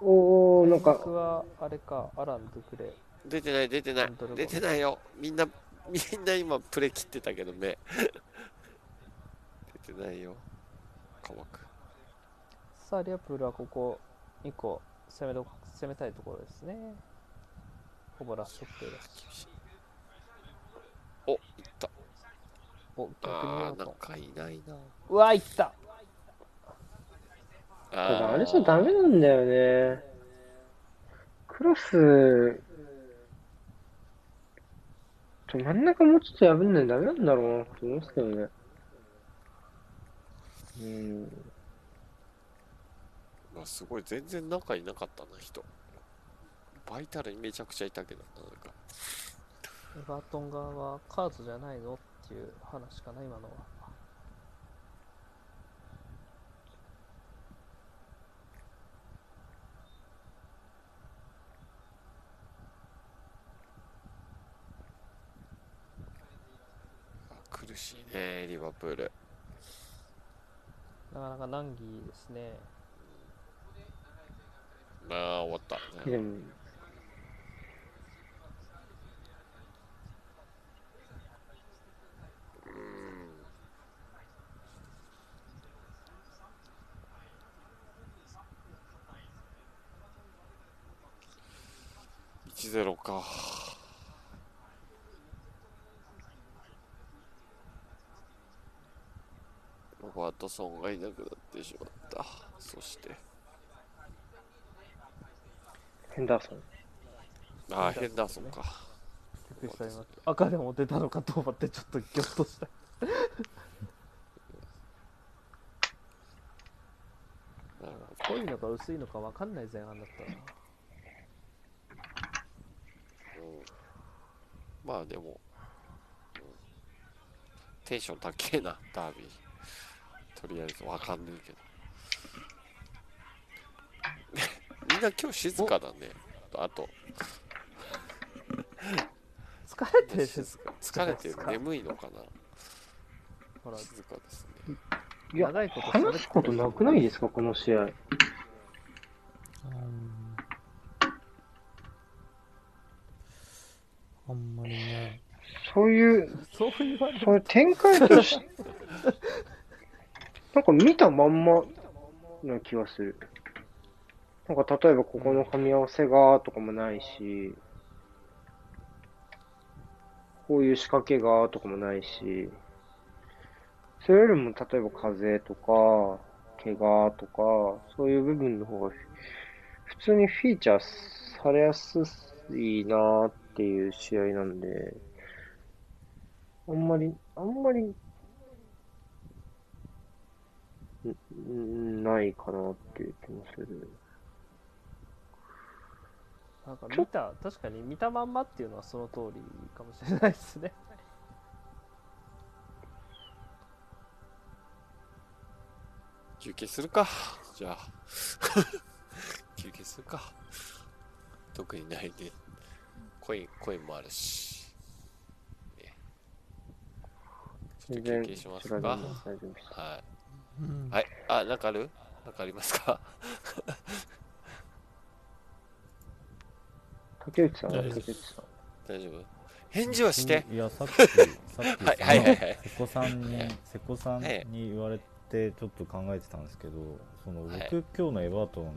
おおなんか、僕はあれか、アラン・ドゥクレ。出てない出てない本当だ出てないよみんなみんな今プレ切ってたけど目 出てないよ乾くさあ、リアプールはここ2個攻めど攻めたいところですね。ほぼラストプレーだし。おいったお、逆あによーなかんかいないなうわ、いったただあれじーゃダメなんだよね。クロス、ちょ真ん中もうちょっと破んないとダメなんだろうなと思うんですけどね。うん。うわすごい全然仲いなかったな人バイタルにめちゃくちゃいたけどなんかエバートン側はカーズじゃないのっていう話かな、今のは。あ苦しいねリバプールなかなか難儀ですね。まあ終わったでも、 1-0かロバートソンがいなくなってしまったそしてヘンダーソン。ああヘヘンンダダーソーソンンねかびっくりした、今。赤でも出たのかと思って、ちょっとギョッとした。なるほど濃いのか薄いのか分かんない前半だったな。うんまあでも、うんテンション高えなダービーとりあえずわかんねえけど みんな今日静かだねあと疲れてるし、 静か 疲れてる静か眠いのかなほら、静かですねいや、長いこと喋って話すことなくないですか、この試合。うんあんまりね。そういう、そう言われるそういう展開として、なんか見たまんまな気がする。なんか例えばここの噛み合わせがとかもないし、こういう仕掛けがとかもないし、それよりも例えば風邪とか、怪我とか、そういう部分の方が普通にフィーチャーされやすいなーっていう試合なんで、あんまり、あんまり、んんないかなっていう気もする。なんか見た、確かに見たまんまっていうのはその通りかもしれないですね。休憩するかじゃあ 休憩するか特にないでコインコインもあるし、ねちょっ全と休然、憩します辛いかのも大丈夫です。はいうんはい。あ、なんかあるなんかありますか 竹内さんは大丈夫竹です内さん。大丈夫返事はして。いやさっきさっ きはいそのはいはいはい瀬古さんにはい瀬古さんはいに言われてちょっと考えてたんですけどその僕、はい今日のエバートン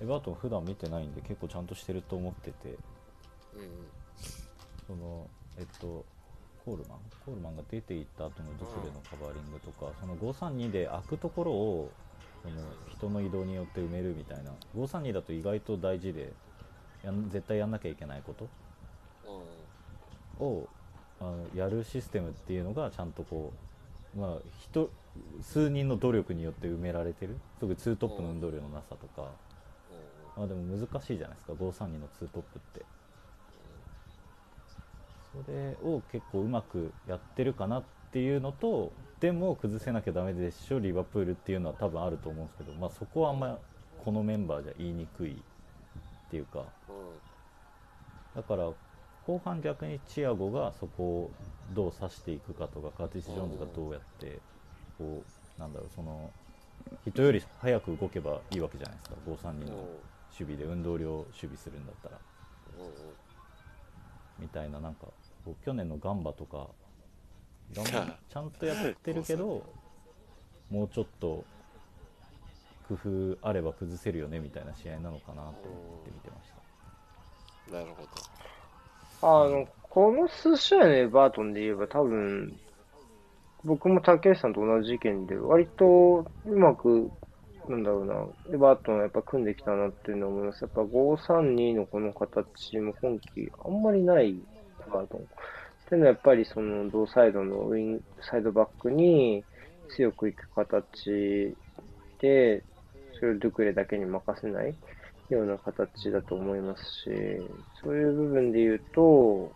エバートン普段見てないんで結構ちゃんとしてると思っててうん。そのえっとコールマンコールマンが出ていった後のドクレのカバーリングとか、その532で開くところをその人の移動によって埋めるみたいな532だと意外と大事でやん絶対やんなきゃいけないことをあのやるシステムっていうのがちゃんとこうまあ人数人の努力によって埋められてる特にツートップの運動量のなさとか、まあでも難しいじゃないですか532のツートップってそれを結構うまくやってるかなっていうのとでも崩せなきゃダメでしょリバプールっていうのは多分あると思うんですけど、まあ、そこはあんまこのメンバーじゃ言いにくいっていうかうん。うん。うん。だから後半逆にチアゴがそこをどう指していくかとかカーティス・ジョーンズがどうやってこうなんだろうその人より早く動けばいいわけじゃないですか5 3う人んの守備で運動量守備するんだったらうんみたいななんかこう去年のガンバとかガンはバいちゃんとやってるけどもうちょっと工夫あれば崩せるよねみたいな試合なのかなと思って見てました。なるほど。あの、この数試合のエバートンで言えば多分、僕も竹内さんと同じ意見で、割とうまく、なんだろうな、エバートンはやっぱ組んできたなっていうのを思います。やっぱ532のこの形も今季あんまりないエバートン。っていうのはやっぱりその同サイドのウィン、サイドバックに強くいく形で、それをドゥクレだけに任せない。ような形だと思いますし、そういう部分で言うと、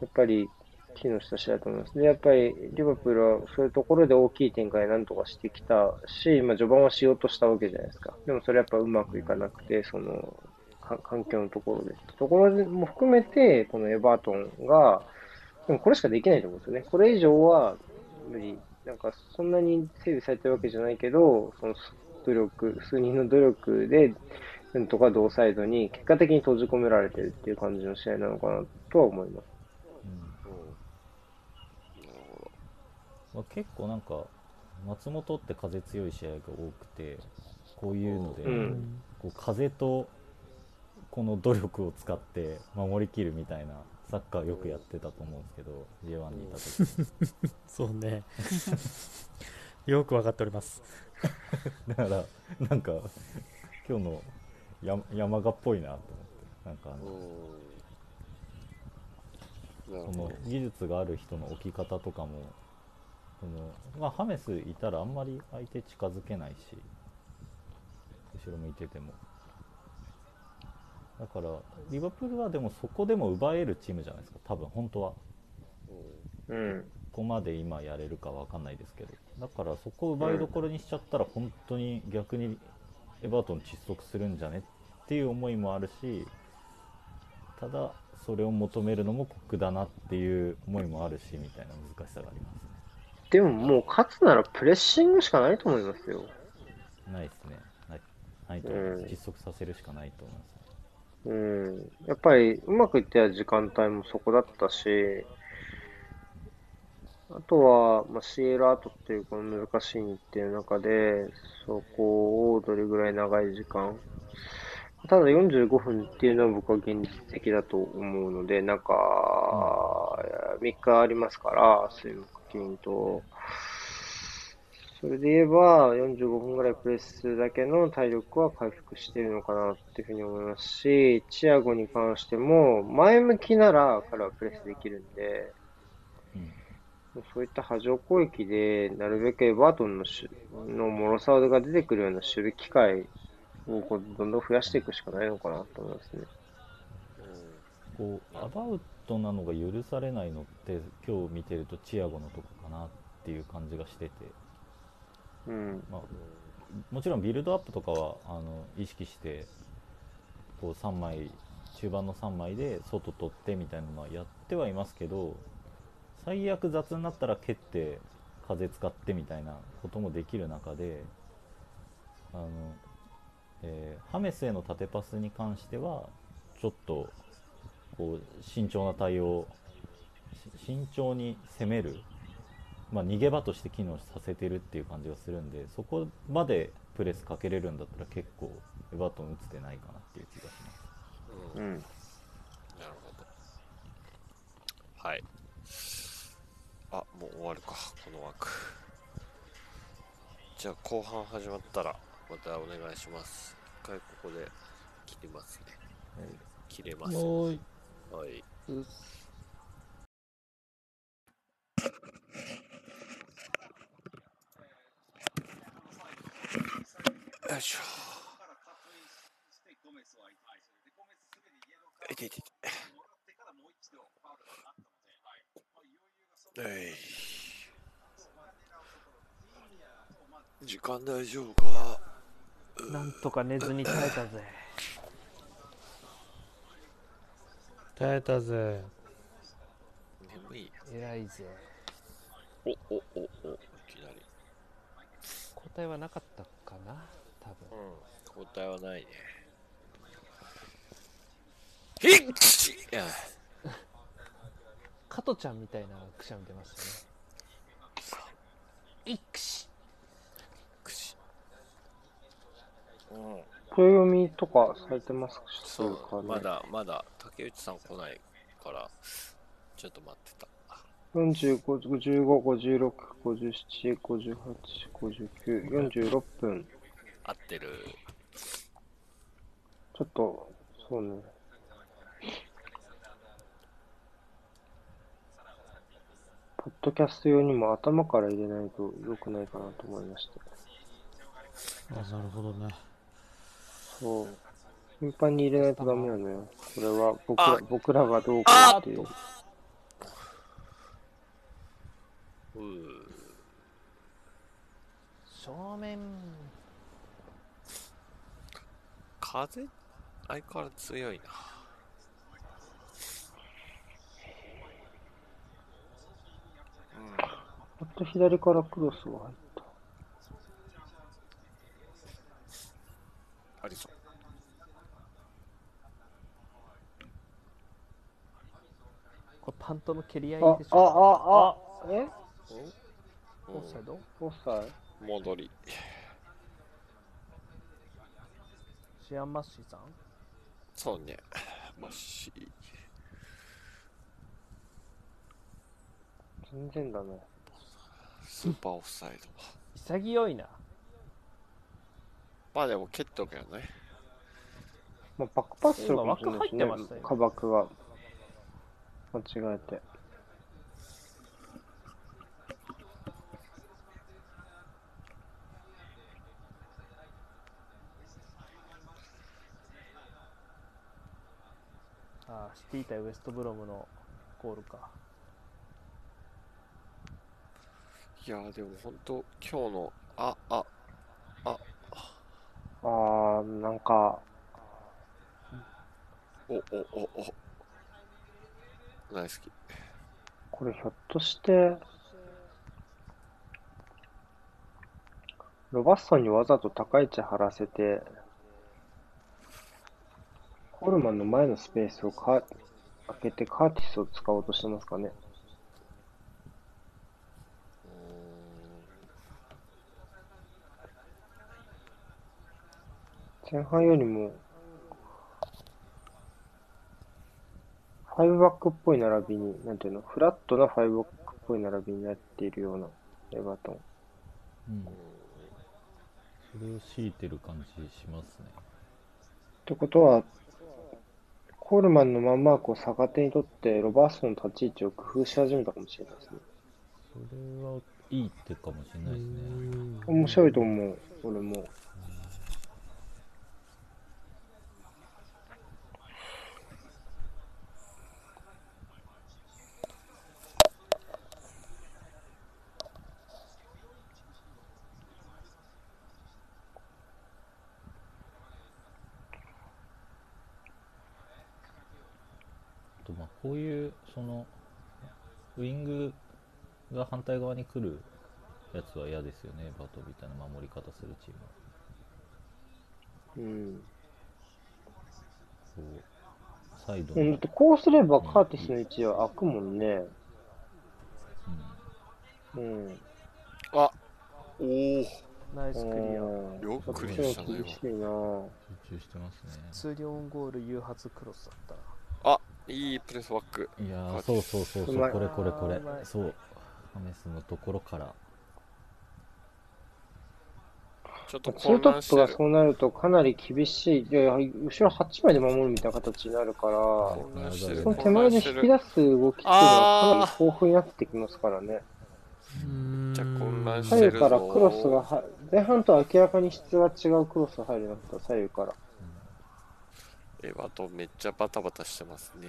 やっぱり機能した試合だと思います。で、やっぱりリバプールはそういうところで大きい展開なんとかしてきたし、まあ、序盤はしようとしたわけじゃないですか。でもそれやっぱうまくいかなくて、その、か環境のところで。ところも含めて、このエバートンが、でもこれしかできないと思うんですよね。これ以上は無理。なんかそんなに整備されてるわけじゃないけど、その努力、数人の努力で、なんとか同サイドに結果的に閉じ込められてるっていう感じの試合なのかなとは思います。ううんんなるほど。まあ、結構なんか松本って風強い試合が多くてこういうので、ううんんこう風とこの努力を使って守りきるみたいなサッカーよくやってたと思うんですけど J1 にいた時そうね よくわかっておりますだからなんか今日のや山賀っぽいなと思ってなんかあうん。なのるそほのど。技術がある人の置き方とかもその、まあ、ハメスいたらあんまり相手近づけないし後ろ向いててもだからリバプールはでもそこでも奪えるチームじゃないですか多分本当はうん。ここまで今やれるかわかんないですけどだからそこを奪いどころにしちゃったら本当に逆にエバートン窒息するんじゃねっていう思いもあるしただそれを求めるのも酷だなっていう思いもあるしみたいな難しさがありますでももう勝つならプレッシングしかないと思いますよ。ねないですねないないと思います窒息させるしかないと思いますねうん。やっぱりうまくいった時間帯もそこだったし、あとは、まあ、シエラートっていうこの難しい日程の中で、そこをどれぐらい長い時間。ただ45分っていうのは僕は現実的だと思うので、なんか、3日ありますから、水木金と。それで言えば、45分ぐらいプレスするだけの体力は回復しているのかなっていうふうに思いますし、チアゴに関しても、前向きなら彼はプレスできるんで、うんもうそういった波状攻撃で、なるべくエバートンのしの脆さが出てくるような守備機会をこうどんどん増やしていくしかないのかなと思いますね。こうアバウトなのが許されないのって今日見てるとチアゴのとこかなっていう感じがしてて、うん。まあ、もちろんビルドアップとかはあの意識してこう3枚中盤の3枚で外取ってみたいなのはやってはいますけど最悪雑になったら蹴って風使ってみたいなこともできる中であの、えーハメスへの縦パスに関してはちょっとこう慎重な対応し慎重に攻めるまあ、逃げ場として機能させてるっていう感じがするんでそこまでプレスかけれるんだったら結構エバートン打つてないかなっていう気がします。ううんん。なるほど。はい。あ、もう終わるか、この枠。じゃあ、後半始まったら、またお願いします。一回ここで切りますね。切れます。はい。よいしょ。いていていて。はい。時間大丈夫かなんとか寝ずに耐えたぜ。耐えたぜ眠い。偉いぜおおおお、いきなり。交代はなかったかな多う分ん、交代はないね。ひっちいや加トちゃんみたいなくしゃみ出ましたねいくしくし。うん、暦とかされてますかそかう、まだまだ竹内さん来ないから、ちょっと待ってた。 45、55、56、57、58、59、46分。合ってる。ちょっと、そうね。ポッドキャスト用にも頭から入れないと良くないかなと思いました。あなるほどねそう。頻繁に入れないとダメなのよ。それは僕あら僕らがどうかっていう。うー正面風、相変わらず強いな。ちょっと左からクロスが入った。ありそう。これパントの蹴り合いあでし、あ、ょあ、あ、えうんオフサイドオフサイ戻り。シアンマッシーさんそうね。もし、全然だね。スーパーオフサイド。潔いなまあでも蹴っとくよね。まあ、バックパスするかもしれないですね今枠入ってましたよ。カバクが。間違えて。あーシティ対ウエストブロムのゴールかいやーでも本当今日の、あ、あ、あー、なんか、お、お、お、お。大好き。これひょっとして、ロバストンにわざと高い位置張らせて、コールマンの前のスペースをか開けてカーティスを使おうとしてますかね。うー前半よりも、ファイブバックっぽい並びに、なんていうの、フラットなファイブバックっぽい並びになっているような、エバートン。うんん、それを強いてる感じしますねってことは、コールマンのマンマークを逆手にとって、ロバーストンの立ち位置を工夫し始めたかもしれないですね。それはいい手かもしれないですね面白いと思う、俺も。あとまあこういうそのウイングが反対側に来るやつは嫌ですよねバトみたいな守り方するチームはうん。こうサイドの、ううんだんってこうすればカーティスの位置は開くもんね。うん。あ、おー、ナイスクリアアよくクリアしたね厳しいなぁ。集中してます数量ゴール誘発クロスだったないいプレスバック。ねいやこーれそうそうそうそうまいこれこれこあーうまれいそうハメスのところからちょっとツー混ト乱ッしプてがる。そうなるとかなり厳しい。で、後ろ8枚で守るみたいな形になるから、混乱してる。その手前で引き出す動きっていうのはかなり豊富になってきますからね。うんじゃあ混乱し左て右からクロスがは前半とは明らかに質が違うクロスが入るようになった左右からエバトンめっちゃバタバタしてますね。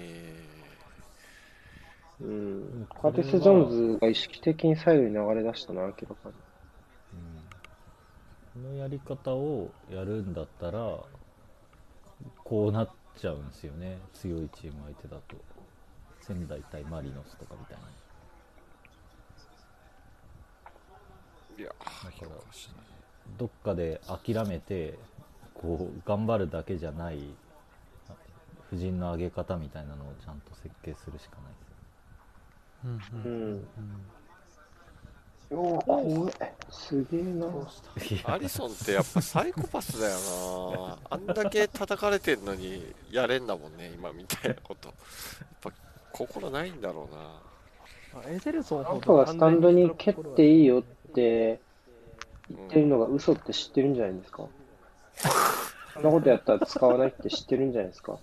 ううんんカこれはーティス・ジョーンズが意識的に左右に流れ出したな明らかにこのやり方をやるんだったらこうなっちゃうんですよね強いチーム相手だと仙台対マリノスとかみたいないやだからおかしいなどっかで諦めてこう頑張るだけじゃない婦人の上げ方みたいなのをちゃんと設計するしかないですよねううんうんん。うんおー、怖い。すげえな。アリソンってやっぱサイコパスだよ なあんだけ叩かれてんのにやれんだもんね今みたいなことやっぱ心ないんだろうなあエゼルソンアほンプどがスタンドに蹴っていいよって言ってるうんのが嘘って知ってるんじゃないですかそんなことやったら使わないって知ってるんじゃないですか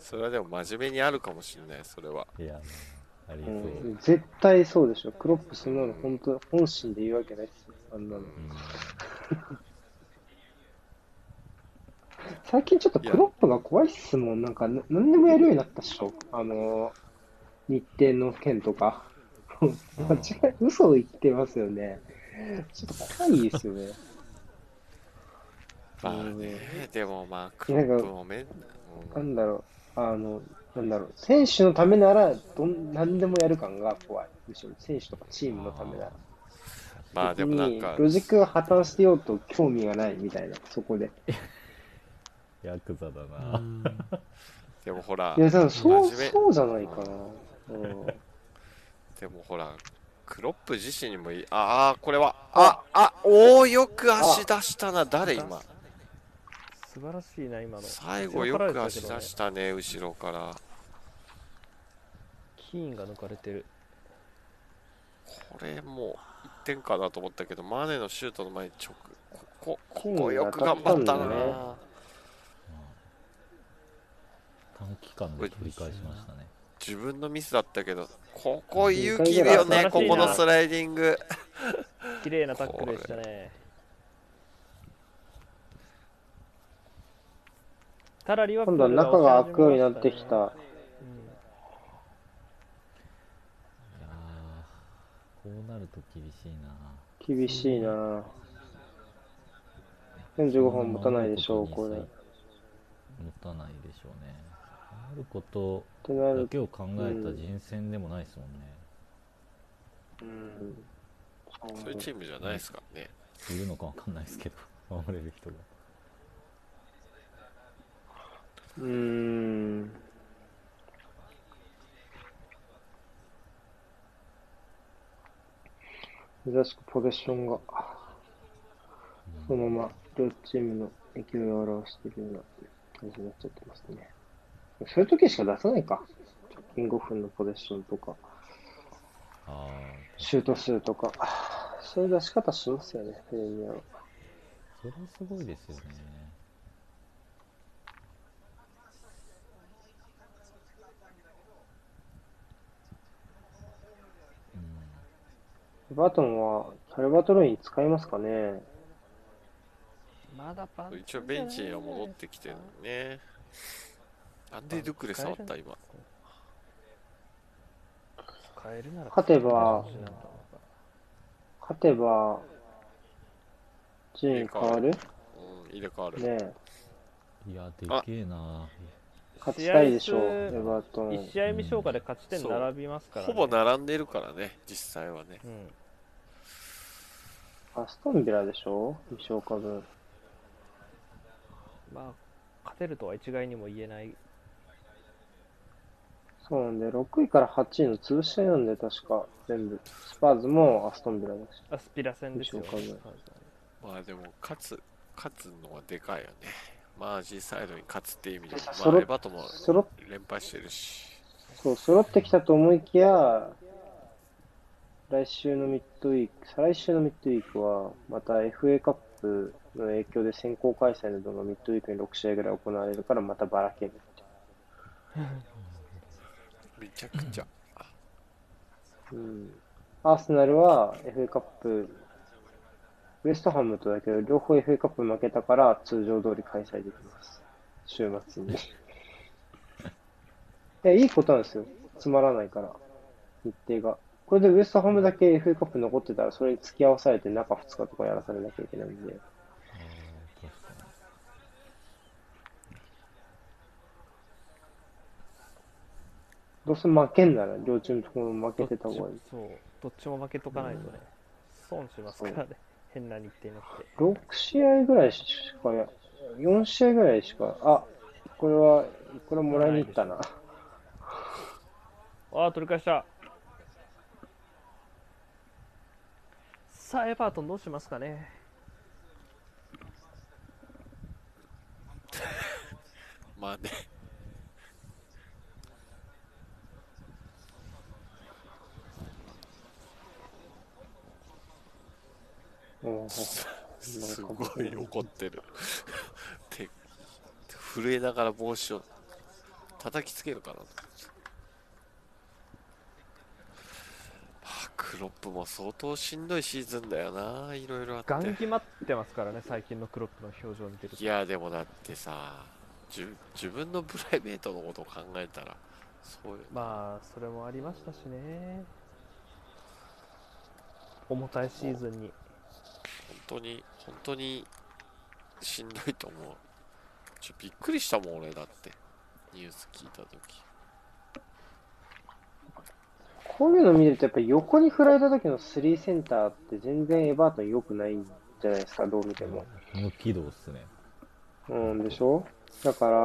それはでも真面目にあるかもしれないそれ はいやありう、そうん絶対そうでしょ。クロップそんなの本当、本心で言うわけないですよ。あんなの。うん最近ちょっとクロップが怖いっすもん。なんかな、何でもやるようになったっしょ。あのー、日程の件とか。 間違い、嘘を言ってますよね。ちょっと怖いですよね。まあねでもまあクいロやなんかップもめんうなんんだろう、あの、なんだろう、選手のためならどん、何でもやる感が怖い。むしろ、選手とかチームのためなら。まあでもなんか別にロジックが破綻してようと興味がないみたいな、そこで。ヤクザだうな、んでもほらいや、でもそう、真面目そうじゃないかな。うんでもほらクロップ自身にもいいああこれはああおおよく足出したな誰今素晴らしいな、今の。最後よく足出したね後ろからキーンが抜かれてる。これもう1点かなと思ったけどマネのシュートの前に直こここ金こがよく頑張った当たったんだなよ短期間で取り返しましたね自分のミスだったけどここ勇気いるよね二回ぐらいここのスライディング綺麗なタックルでしたね。タラリは今度は中が開くようになってきた。うんいやーこうなると厳しいな厳しいな45分持たないでしょう、これ。っ持たないでしょうねあることてなだるけを考えた人選でもないですもんね、と、うん。そういうチームじゃないですからねいるのかわかんないですけど 守れる人がうーん。珍しくポゼッションが、そのまま両チームの勢いを表しているような感じになっちゃってますね。そういう時しか出さないか。直近5分のポゼッションとか、ああシュート数とか、そういう出し方しますよね、プレミアは。それはすごいですよねうんバートンは、カルバトロイン使いますかねまだパン一応ベンチには戻ってきてるのねなんでドゥクレ触った今使えるなら勝てば勝てば、順位変わうるん入れ替わるねえいやでけえな勝ちたいでしょう、試合エ数バートン1。試合未消化で勝ち点そう並びますから、ほね、ぼ並んでるからね実際はねうん、アストンビラでしょ二勝か分。まあ勝てるとは一概にも言えないそうなんで、6位から8位の潰し合いなんで、確か、全部。スパーズもアストンビラだし。アスピラ戦ですよ、でしょうかねまあでも勝つ勝つのはでかいよねマージーサイドに勝つっていう意味でそまあろエバートもそろ、連敗してるしそう、揃ってきたと思いきや、来週のミッドウィーク、再来週のミッドウィークは、また FA カップの影響で先行開催などのミッドウィークに6試合ぐらい行われるから、またばらける。めちゃくちゃうんアーセナルは FA カップ、ウエストハムとだけど、両方 FA カップ負けたから通常通り開催できます。週末に。い や、いいことなんですよ。つまらないから、日程が。これでウエストハムだけ FA カップ残ってたら、それに付き合わされて中2日とかやらされなきゃいけないんで。あー確かにどうせ負けんなら、両チームとも負けてた方どがっいいち。そうどっちも負けとかないとね、損しますからね変な日程になって6試合ぐらいしかや、4試合ぐらいしか、あ、これは、これもらいに行ったな。ああ取り返したさあエバートンどうしますかねまあ ね。うんすごい怒ってる。 手震えながら帽子を叩きつけるかな。あクロップも相当しんどいシーズンだよな、いろいろあっガてン。決まってますからね最近のクロップの表情を見てるといや、でもだってさ、じゅ自分のプライベートのことを考えたら、そうよ。まあそれもありましたしね重たいシーズンに本当に、本当にしんどいと思う。ちょびっくりしたもん、俺だって。ニュース聞いたとき。こういうの見ると、やっぱり横に振られた時のスリーセンターって全然エバートン良くないんじゃないですか、どう見ても。無軌道っすね。うん、でしょだから、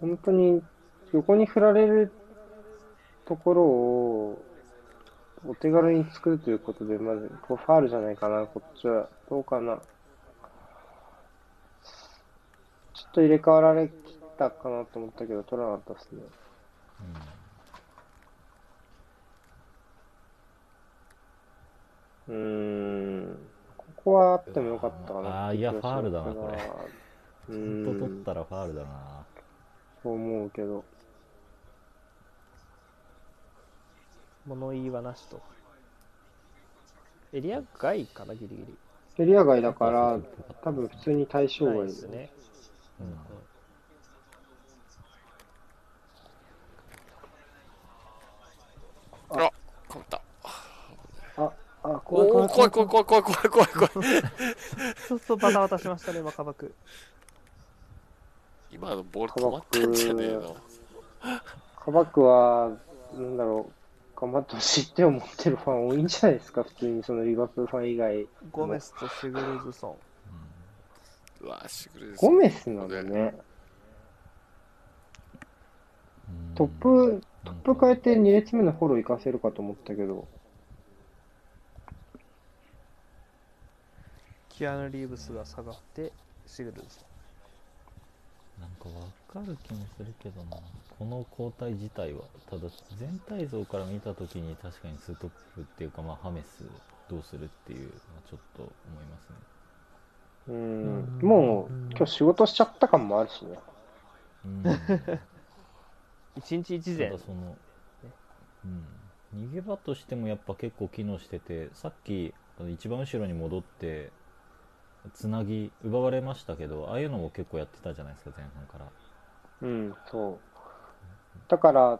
本当に横に振られるところをお手軽に作るということで、まず、こうファールじゃないかな、こっちは。どうかな。ちょっと入れ替わられたかなと思ったけど、取らなかったですね。うーん。ここはあってもよかったかなあーいやファールだなこれれう。うんんちょっと取ったらファールだな。そう思うけど。物言いはなしとエリア外かなギリギリエリア外だから、多分普通に対象ない外ですねうん。かぶった。あ、怖いお怖お怖い怖いい怖い怖い怖い怖い怖い怖い。そうそうバタバタしま したね若葉君今のボール止まったんじゃねえの。カバックは、なんだろう、頑張ってほしいって思ってるファン多いんじゃないですか、普通にそのリバプールファン以外。ゴメスとシグルズソンうわ、シグレスゴ。メスなのね。うんトップ、トップ変えて2列目のフォロー行かせるかと思ったけど、キアヌ・リーブスが下がってシグルズソンなんかわかる気もするけどなこの交代自体はただ全体像から見た時に確かにツートップっていうかまあハメスどうするっていうのはちょっと思いますねううんん、もう今日仕事しちゃった感もあるしね。うんただ一日一善そのうん逃げ場としてもやっぱ結構機能しててさっきあの一番後ろに戻ってつなぎ奪われましたけどああいうのも結構やってたじゃないですか前半からうん、そう。だから、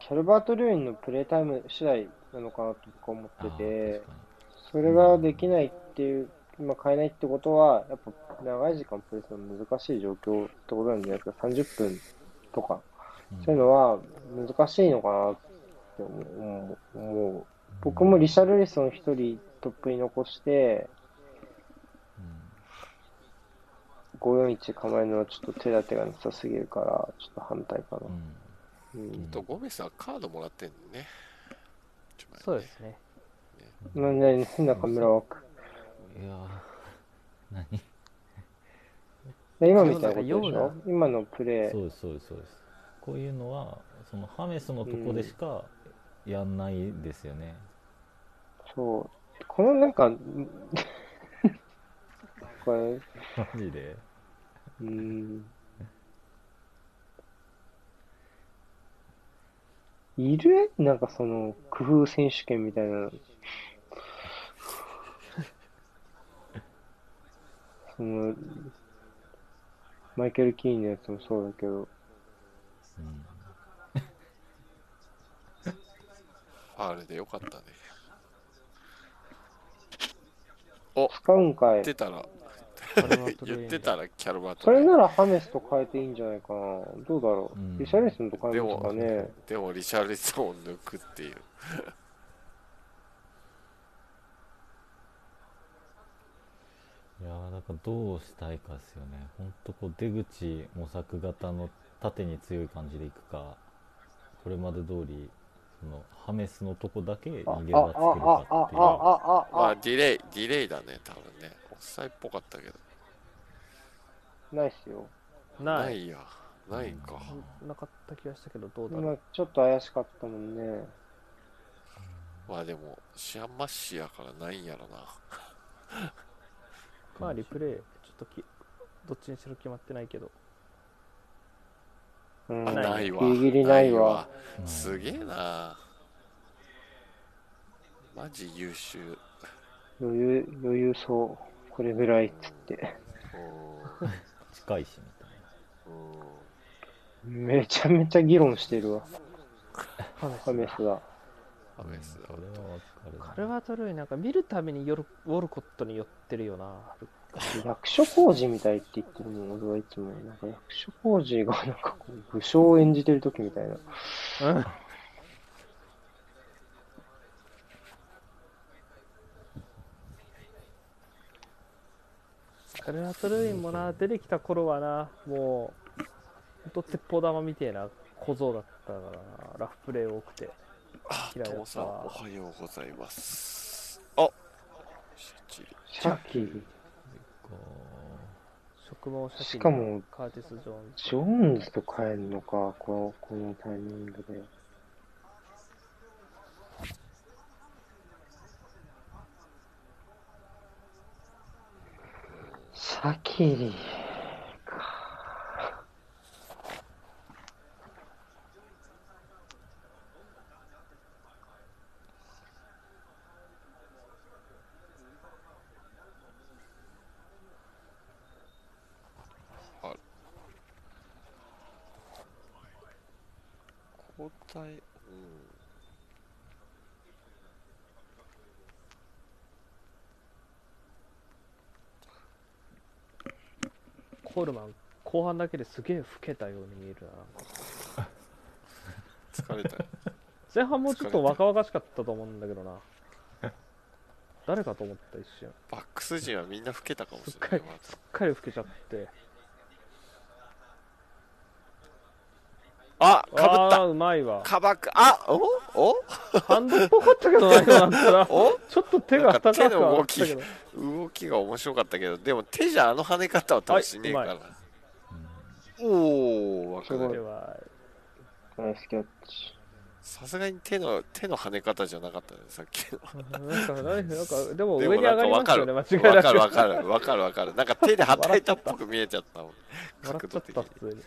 キャルバート・ルインのプレイタイム次第なのかなと僕は思あってあて確、かにそれができないっていう、今変えないってことは、やっぱ長い時間プレスの難しい状況ってことなんじゃないですか、30分とか、うんそういうのは難しいのかなって思う。思う僕もリシャルリソン1人トップに残して、うん541構えるのはちょっと手立てがなさすぎるから、ちょっと反対かなう。んうんとゴメスはカードもらってんのね。ちょっとそう待でってねすねなんで変なカメラワーク。いやー何で今みたいなことでし世の中ょ世今のプレそうですそうですそうですこういうのはそのハメスのとこでしかやんないですよ ね、イ、そう。このなんか、 これ、マジでうんいるなんかその工夫選手権みたいな。そのマイケル・キーンのやつもそうだけど、うんファールでよかったね。使うんかい出。たら、キャルバットレイ言ンってたらキャルバーそトレれインならハメスと変えていいんじゃないかな。どうだろう。うんリシャリソンと変えますかね。でもリシャルリソンを抜くっていういやーだからどうしたいかですよねほんとこう出口模索型の縦に強い感じでいくかこれまで通りそのハメスのとこだけあ、あ、あ逃げ場、作あ、るかっていうあ、あ、まあ、ああ、ディレイディレイだね多分ねオフサイっぽかったけどないっすよ。なないいやないんかなかった気がしたけどどうだろう今ちょっと怪しかったもんね。まあでもシアンマッシやからないんやろなまあリプレイちょっときどっちにしろ決まってないけどうん、あないわギリギリないわ。うんすげえなマジ優秀余裕、余裕そう。これぐらいっつって。うんうん近いしみたいめちゃめちゃ議論してるわ。ハメスが。アメスなだこれはわかるなカルバートルイなんか見るためによるウォルコットに寄ってるよな役所工事みたいって言ってるもん、俺はいつも。なんか役所工事がなんかこう、武将を演じてる時みたいな。カルバートルイもな出てきた頃はなもうほんと鉄砲玉みてえな小僧だったからなラフプレー多くてあ嫌いだっトたわモさんおはようございますあシャチリシャキー、こ職務を写真しかもカーティス・ジョーンズジョーンズと変えるのか、この、このタイミングで。シャキリ交代うんコールマン後半だけですげえ老けたように見えるな疲れたよ前半もうちょっと若々しかったと思うんだけどな 誰かと思った一瞬バックス陣はみんな老けたかもすしっれなかいりすっかり老けちゃってあかぶっああうまいわたかばくあおおハンドっぽかったけどな今だったら おちょっと手が高くはあったけなんど動きが面白かったけどでも手じゃあの跳ね方は多分しねえから、はいうおおわかするごいではナイスキャッチ。さすがに手の手の跳ね方じゃなかったねさっきのなんかなんかなんかでもで上もに上がりなんましかたよね間違いわなかくるわかるわかるわかるなんか手で叩いたっぽく見えちゃったもん笑角っちゃ度っ的たに普通に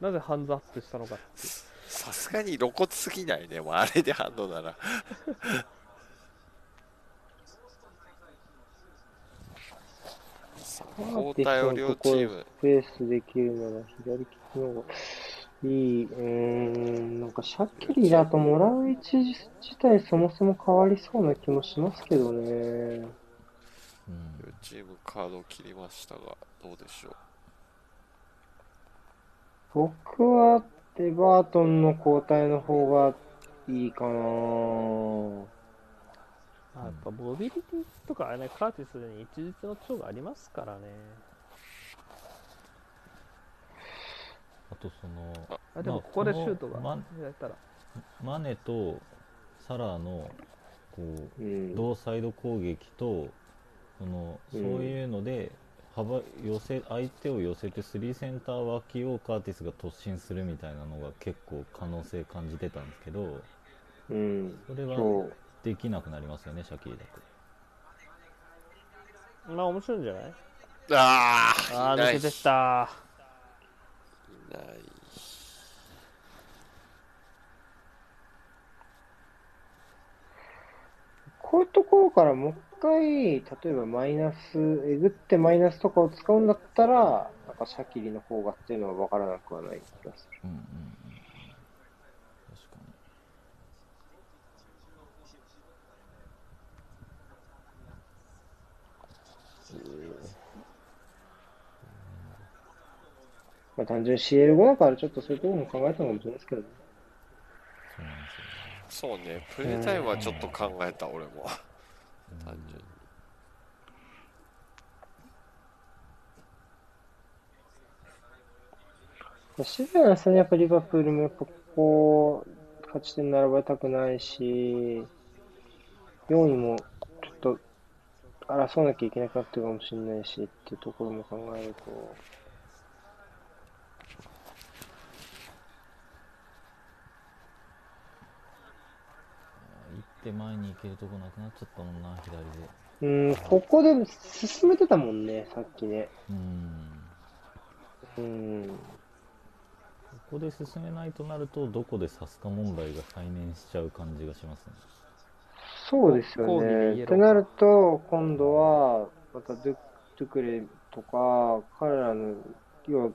なぜハンズアップしたのかっていうさすがに露骨すぎないねもうあれで反応ならさあ交代を両チームスペースできるなら左利きの方がいい。うーん、なんかシャキリだともらう位置自体そもそも変わりそうな気もしますけどね。ううん両チームカードを切りましたがどうでしょう僕はエバートンの交代の方がいいかな。あやっぱモビリティとかねカーティスに一日の長がありますからねあとそのあでもここでシュートがまあこのやれたらマネとサラのこううん。同サイド攻撃とそのそういうので幅寄せ相手を寄せて3センター脇をカーティスが突進するみたいなのが結構可能性感じてたんですけどうん。それはそう。できなくなりますよねシャキリだと。まあ面白いんじゃないああああいな抜いけてったいないこういうところからもう一回、例えばマイナス、えぐってマイナスとかを使うんだったら、なんかシャキリの方がっていうのは分からなくはない気がする。うんうんうん確かにまあ、単純に CL5 だからちょっとそういうところも考えたのかもしれないですけどね。そうなんでそすようね、プレイタイムはちょっと考えた、俺も。うん単純に。シビアな戦やっぱリバプールもやっぱここ勝ち点並べたくないし、4位もちょっと争わなきゃいけなくなってるかもしれないしっていうところも考えると、行って前に行けるとこなくなっちゃったもんな左でうん、ここで進めてたもんね、さっきね。うんうん、ここで進めないとなるとどこで刺すか問題が再燃しちゃう感じがしますねそうですよ抗議でイエローね。っかてなると、今度は、またドゥドゥクレとか、彼らの、要は、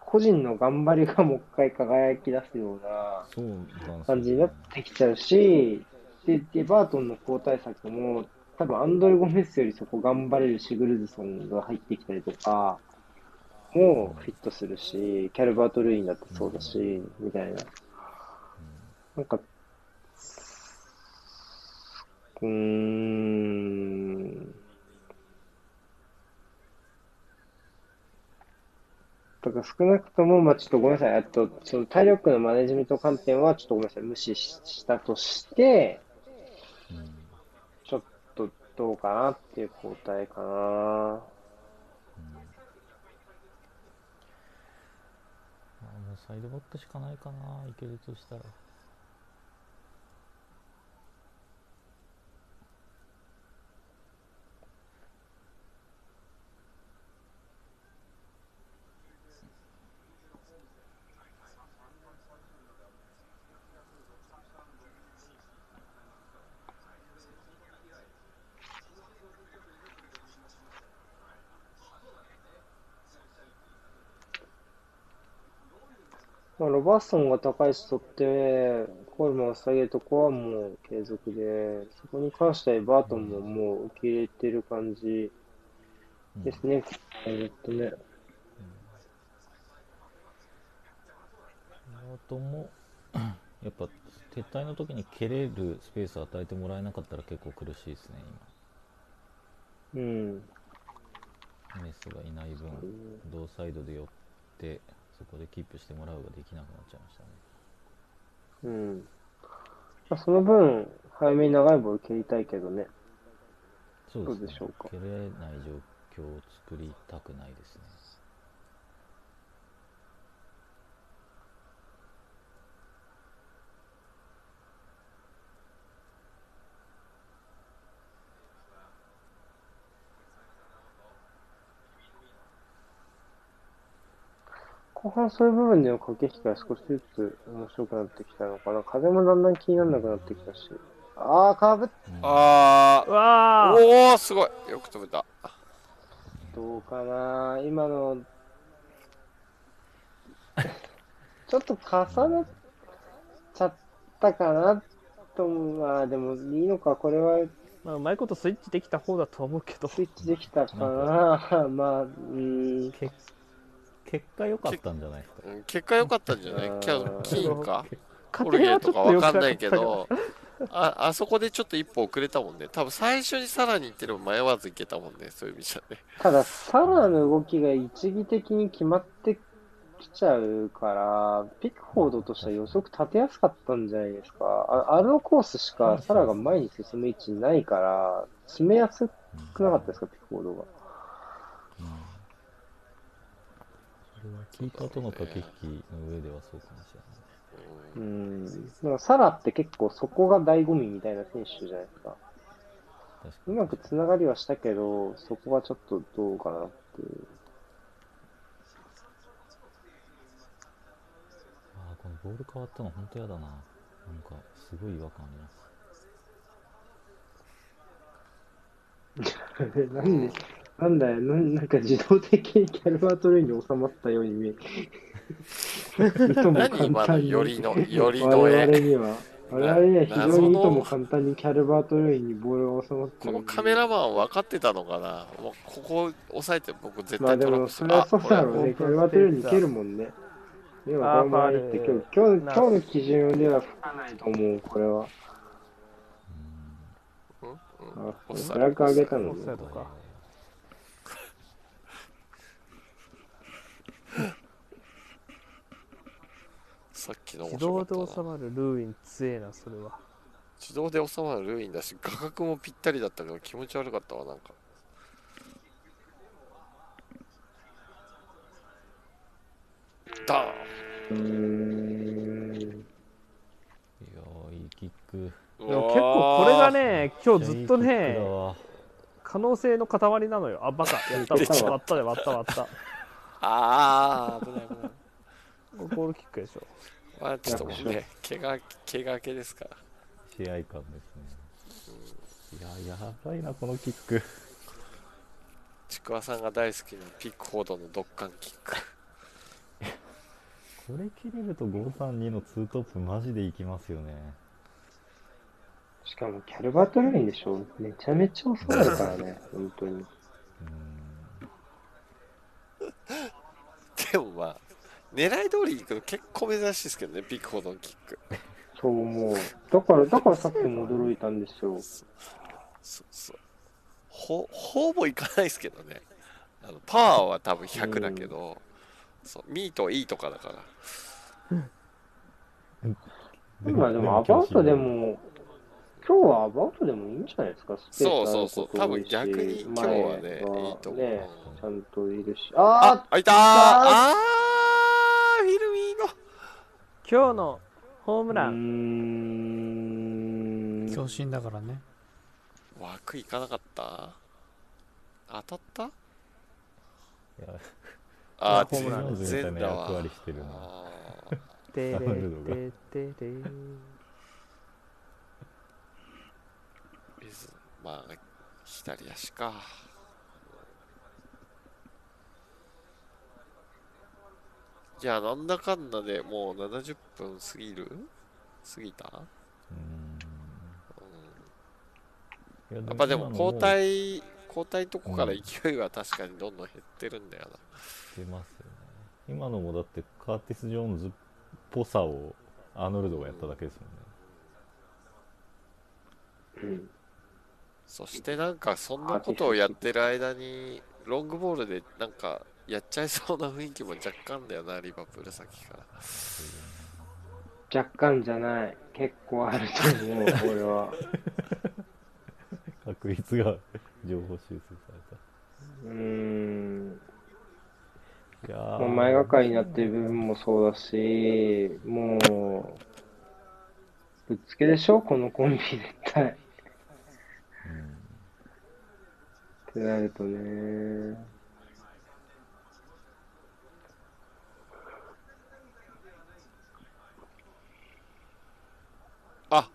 個人の頑張りがもう一回輝き出すような、そうなんですよね感じになってきちゃうし、で、デバートンの交代策も、多分アンドレ・ゴメスよりそこ頑張れるシグルズソンが入ってきたりとか、もフィットするし、キャルバート・ルインだってそうだし、みたいな。なんか、うーん。だから少なくとも、まあちょっとごめんなさい。あと、その体力のマネジメント観点はちょっとごめんなさい。無視ししたとして、うんうんちょっとどうかなっていう交代かな。あもうサイドバックしかないかな、いけるとしたら。まあ、ロバーストンが高い位置取って、コールマンを下げるとこはもう継続で、そこに関してはエバートンももう受け入れてる感じうんですね。えーっとね。あとも、 やっぱ撤退の時に蹴れるスペースを与えてもらえなかったら結構苦しいですね、うん。今。メスがいない分、同サイドで寄って、そこでキープしてもらうができなくなっちゃいましたね。うん。まあ、その分、早めに長いボール蹴りたいけどね。そうですねどうでしょうか蹴れない状況を作りたくないですね。後半そういう部分での駆け引きが少しずつ面白くなってきたのかな。風もだんだん気にならなくなってきたし。ああ、かぶっうんあうわーー、おお、すごい。よく止めた。どうかな。今の、 ちょっと重なっちゃったかなと思う。まあでもいいのか。これはまあ、うまいことスイッチできた方だとは思うけどスイッチできたかな。 まあ、うーん。け結果良かったんじゃないですか。うん結果良かったんじゃないうんキャ金か家オルゲ庭はーちょとっかと良わくなかかんっなたいけからど、あ、 あそこでちょっと一歩遅れたもんね。多分最初にさらに行ってれば迷わず行けたもんね。そういう意味じゃね。ただ、サラの動きが一義的に決まってきちゃうから、ピックフォードとしては予測立てやすかったんじゃないですか。ああのコースしかサラが前に進む位置ないから、詰めやすくなかったですか、ピックフォードが。うんそれは聞いた後の駆け引きの上ではそうかもしれない。うん。だからサラって結構そこが醍醐味みたいな選手じゃないですか。確かうにまくつながりはしたけど、そこはちょっとどうかなっていう。ああこのボール変わったの本当やだななんかすごい違和感あります なんで、なんだよ、なんなんか自動的にキャルバートレインに収まったように 見えいとも簡何今の単によりの、より我 の絵。々には、我々には非常にい謎のとも簡単にキャルバート・ルインにボールが収まってこるのカメラマン分かってたのかなもうここ押さえて僕絶ま対あでトラッもプすそる。れはそうだあろうね。こキれャルバート・ルインにいけるもんね。では、このままいって今日、今日、な今日の基準では吹かないと思う、これは。これうんあ、オこフれサイドフラッグ上げたのオフサねイ。ドか。さっきの自面動白でかった収なまるルーイン強えな、それは。自動で収まるルインだし画角もぴったりだったけど気持ち悪かったわなんかダーンうーん。いやーいいキックででも結構これがね、今日ずっといやいいキックだね、わ可能性の塊なのよ。あ、バカ。やった、割った、割ったで、割った、割 った。ああ危ない危なこれいゴールキックでしょ。まあちょっともうね怪我怪我明けですから試合感ですねいややばいなこのキックちくわさんが大好きなピックフォードのドッカンキックこれ切れると532のツートップマジでいきますよねしかもキャルバートルインでしょめちゃめちゃ遅いからね、本当に。うんでもまあ狙い通り行くの結構珍しいですけどねピックフォードのキックそう思う。だから、だからさっきも驚いたんですよ。そうそうほほぼいかないですけどねあのパワーは多分100だけど、そうミートはいいとかだからまあでも、アバウトでも、今日はアバウトでもいいんじゃないですか、スペそーうスそうそあるうこと多多分いし逆に今日はねいいと思う、前はねうんちゃんといるし。ああ開いたーあーフィルミーノ今日のホームーラうーン、ん。強振だからね枠いかなかった当たったいやあホームラーン全だわホームランみたいな役割してるなあてれダブルドがてれてれー水まあ左足かいやなんだかんだでもう70分過ぎる過ぎた、うんういん、やっぱでも今の交代交代のとこからうん勢いは確かにどんどん減ってるんだよな出ますよね今のもだってカーティス・ジョーンズっぽさをアーノルドがやっただけですもんねうんそしてなんかそんなことをやってる間にロングボールでなんかやっちゃいそうな雰囲気も若干だよなリバプール先から若干じゃない。結構あると思う、これ は。確率が 情報修正さうーん。れたいやーもう前がかりになってる部分もそうだし、もう、ぶっつけでしょこのコンビ絶対。ってなるとね。あ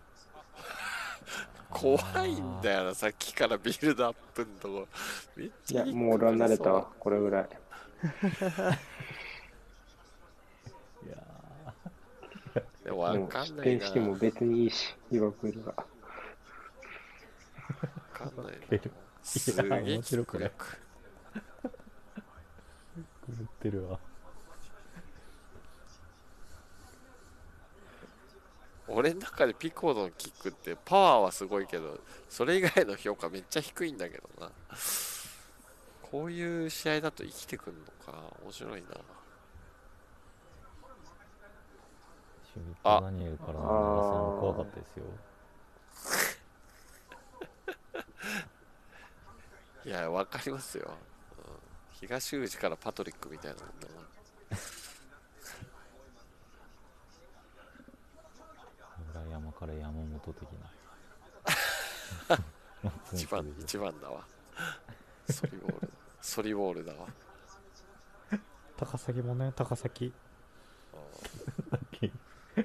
怖いんだよなさっきからビルドアップのとこめっいちゃや、いいもう俺は慣れたわ。これぐらい。うんいやでもわもうかん失ない点なしても別にいいし、リバプールが。わかんないなすげえ面白くな記い録ー狂ってるわ俺の中でピコードのキックってパワーはすごいけどそれ以外の評価めっちゃ低いんだけどなこういう試合だと生きてくんのかな面白いなシュミット・ダニエルからの長さも怖かったですよいや、わかりますよ。うん東口からパトリックみたいなもんだな。村山から山本的 な松一本番、一番だわ。ソリボールだ。ソリボールだわ。高崎もね高崎的な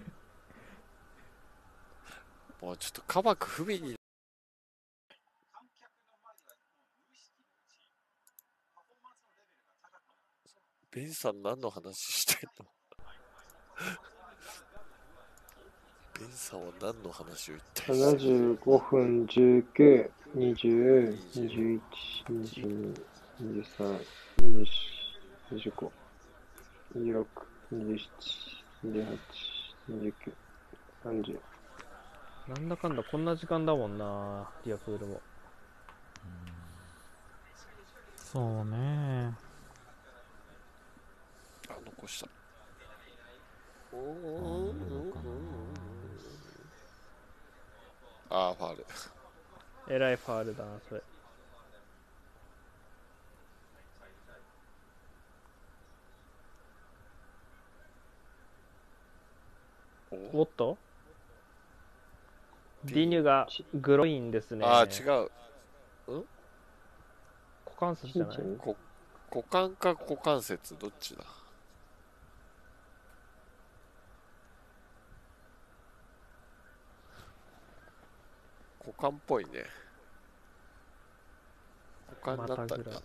もうちょっとカバク不備に。ベンさん何の話してんのベンさんは何の話を言ったりしてる75分19、20、21、22、23、24、25、26、27、28、29、30。なんだかんだこんな時間だもんなリアプールもそうねあ、残した。あーどうかなあー、ファール。えらいファールだなそれおっとディニュがグロいんですねああ、違う。股関節じゃないこ股間か股関節、どっちだ股間っぽいね。股間だったんだまたぐらな。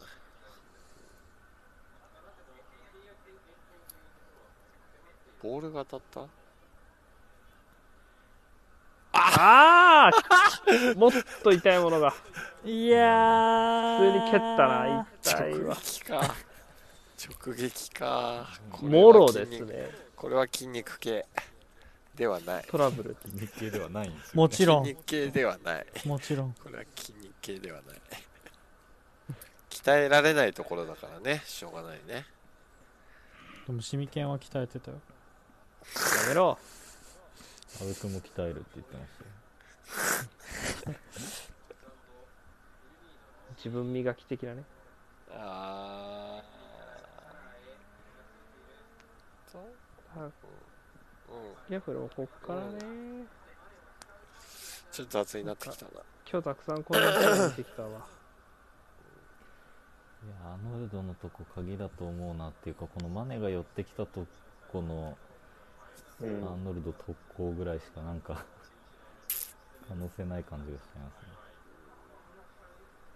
ボールが当たっああもっと痛いものがいや普通に蹴ったなた痛い直わ撃か。直撃か。これはもろです筋肉ねこれは筋肉系ではない。トラブル筋肉系ではないんですよもち ろ筋ん肉系ではない。もちろんこれは筋肉系で はない。鍛えられないところだからね、しょうがないね。でもシミケンは鍛えてたよやめろ阿部君も鍛えるって言ってましたよ自分磨き的なねあーそうあうん、いやこれもこっからねちょっと熱になってきたな。今日たくさんこんな人見てきたわいやあのルドのとこ鍵だと思うなっていうかこのマネが寄ってきたとこのうアん。ーノルド特攻ぐらいしかなんか可能性ない感じがしま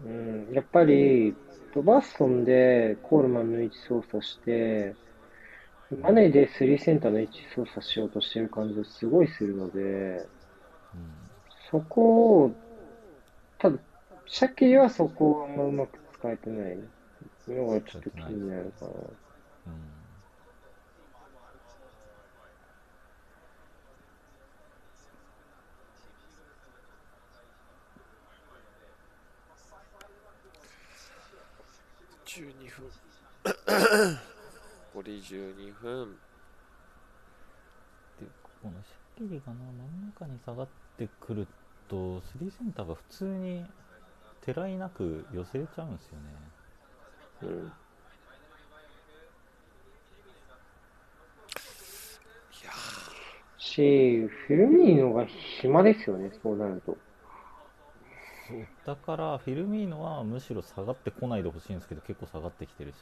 すねうん、やっぱり、ロバーソンでコールマンの位置操作して、マネで3センターの位置操作しようとしてる感じがすごいするので、そこを、ただ、シャキリはそこをあんまうまく使えてないのがちょっと気になるかな。うんうん12分。残り12分。でこのシャキリがな真ん中に下がってくるとスリーセンターが普通にてらいなく寄せれちゃうんですよねうん。し、フェルミーノが暇ですよね、そうなると。そうだからフィルミーノはむしろ下がってこないでほしいんですけど結構下がってきてるし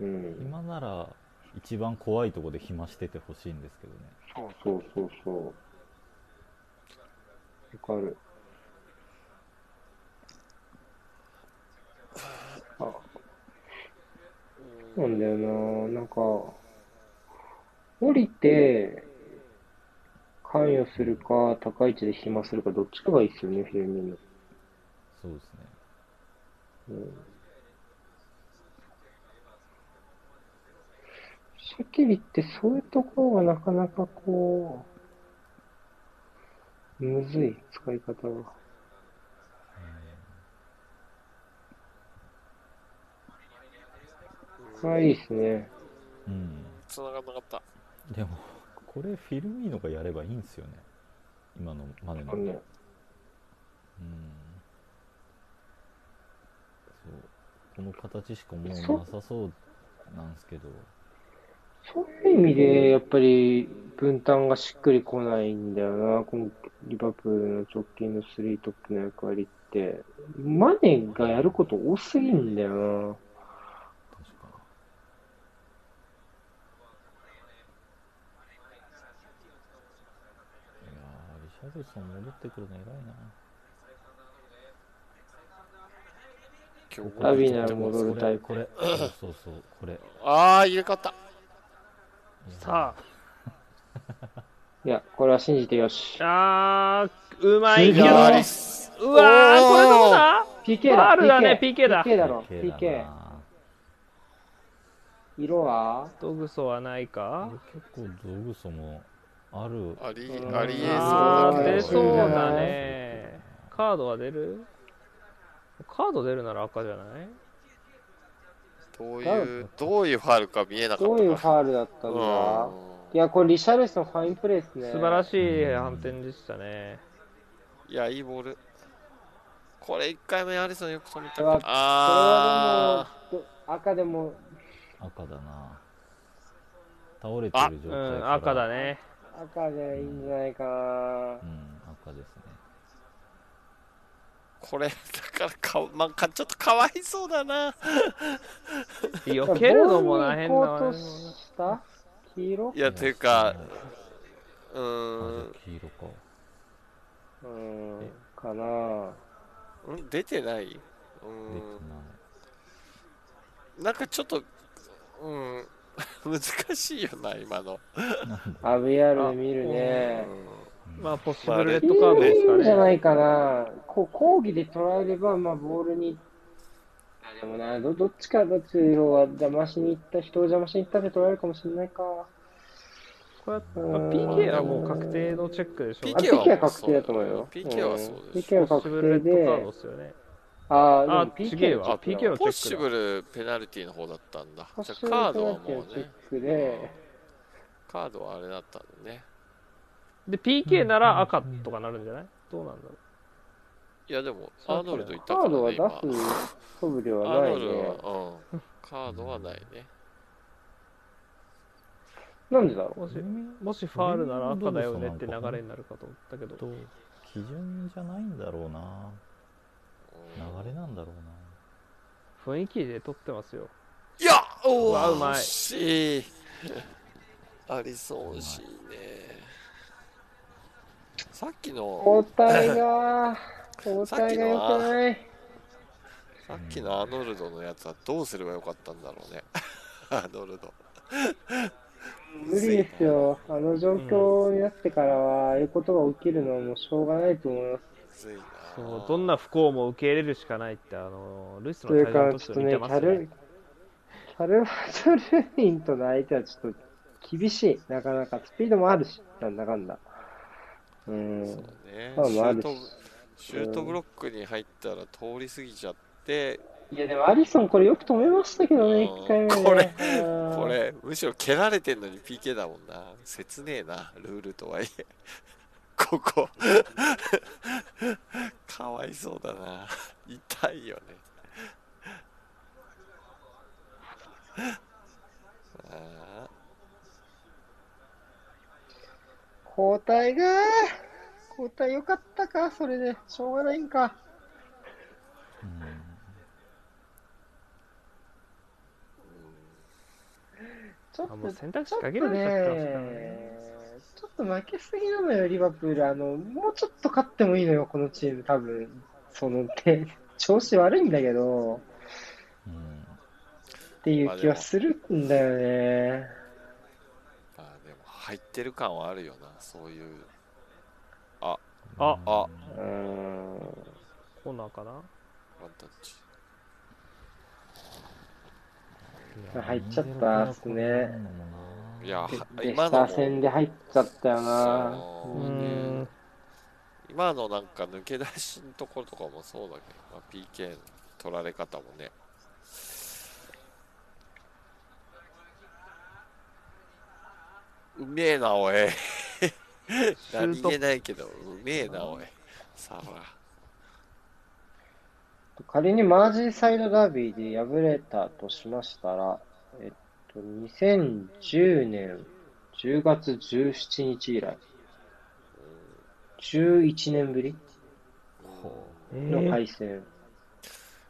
うん。今なら一番怖いとこで暇しててほしいんですけどねそうそうそうそう。わかる。あ、そうなんだよな。なんか、降りて、関与するか、高い位置で暇するか、どっちかがいいですよね、フィルミーノ。そうですねうんシャキリってそういうところがなかなかこう、むずい、使い方が。これはいいですね。うん繋がんなかった。でもこれフィルミーノがやればいいんですよね今のまでのあのね、うんそうこの形しかもそううなさそうなんですけどそういう意味で、やっぱり分担がしっくりこないんだよな、このリバプールの直近のスリートップの役割って。マネがやること多すぎんだよな。確かにいやーリシャルソン戻ってくるの偉いな今日ラビナ戻るタイプこれこれそうそうそうこれああ、入れ替わった。さあいや、これは信じてよし。あー、うまいけど。うナわイー、スこれどうだ PK だ。ファウルだね PK だ PK だろ。だ PK。な色はドグソはないかこれ結構道具そもあるありうんありえあそうー、だ出けどそねうだね。カードは出るカード出るなら赤じゃないどういうどういうファウルか見えなかったどなういうファウルだったんだうんいや、これリシャルソンファインプレーですね。素晴らい。しい反転でしたね。いや、いいボール。これ1回目アリソンよく止めたうわこれあはでも、赤でも、赤だな倒れてる状う態からん、赤だね。赤でいいんじゃないかなう。ん赤ですねーこれ、だからか、まあ、かちょっとかわいそうだな。避けるのもな変だボーわルに行こうとね。した黄色いや、ていうか、うあーじゃあ黄色かうーん、かなぁ。んうん、出てないうー出てないん、なんかちょっと、うん、 難しいよな、今の。ア VR で見るね。まあ、ポッシブルレッドカードですかいいんじゃなね。いかなこう、抗議で捉えれば、まあ、ボールに、あ、でもな、ど、どっちか、どっちは邪魔しに行った、人を邪魔しに行ったって捉えるかもしれないか。これはうまあーん PK はもう確定のチェックでしょうあね。 PK は PK は確定だと思うよ。 PK はそうでし PK はポッシブ確ルレ定ッドカードでで、すよね。あああ、でも PK は PK はポッシブルペナルティの方だったんだ。じゃあカードはもうチェッね、クで、カードはあれだったんだね。で、PK なら赤とかなるんじゃないどうなんだろう。いや、でも、アーノルドいたカからーね、ド今は出す素振りアはーなノいルドね。は、うん、カードはないね。なんでだろうもし、もしファールなら赤だよねって流れになるかと思ったけど。と基準じゃないんだろうなうん流れなんだろうな雰囲気で撮ってますよ。いやおうわーうまい惜しい ありそう惜しいねさっきの交代が、交代が良 くない。さっきのアーノルドのやつはどうすればよかったんだろうね アーノルド無理ですよ。あの状況になってからは、ああいうことが起きるのはもうしょうがないと思います。むずいなそうどんな不幸も受け入れるしかないって、あの、ルイスのという態度か、とちちょょっっととね、似てキますねャル、。キャルバトルーインとの相手はちょっと厳しい。なかなかスピードもあるし、なんだかんだ。う。そうんねまあシまあュあーるトシュートブロックに入ったら通り過ぎちゃっていや、でもアリソンこれよく止めましたけどね、うん1回目ね。これうんこ。れむしろ蹴られてんのに PK だもんな切ねえなルールとはいえここかわいそうだな痛いよねあ交代が、交代良かったか、それで。しょうがないんか。ちょっあもとう選択肢ちょっ限とられちゃってますからねね。、ちょっと負けすぎなのよ、リバプール。あの、もうちょっと勝ってもいいのよ、このチーム、多分。その、で、 調子悪いんだけど、うんっていう気はするんだよね。ーあーでも入ってる感はあるよなそういうあ、あワうーん。コーナーかなンタッチ入っちゃったっすねいやはいレ今スのもター戦で入っちゃったよな。そううねん。今のなんか抜け出しのところとかもそうだけど、まあ、PK の取られ方もねうめえなおいシュ何ート気ないけどうめえなおいさあ仮にマージーサイドダービーで敗れたとしましたら、えっと、2010年10月17日以来、11年ぶりの対戦。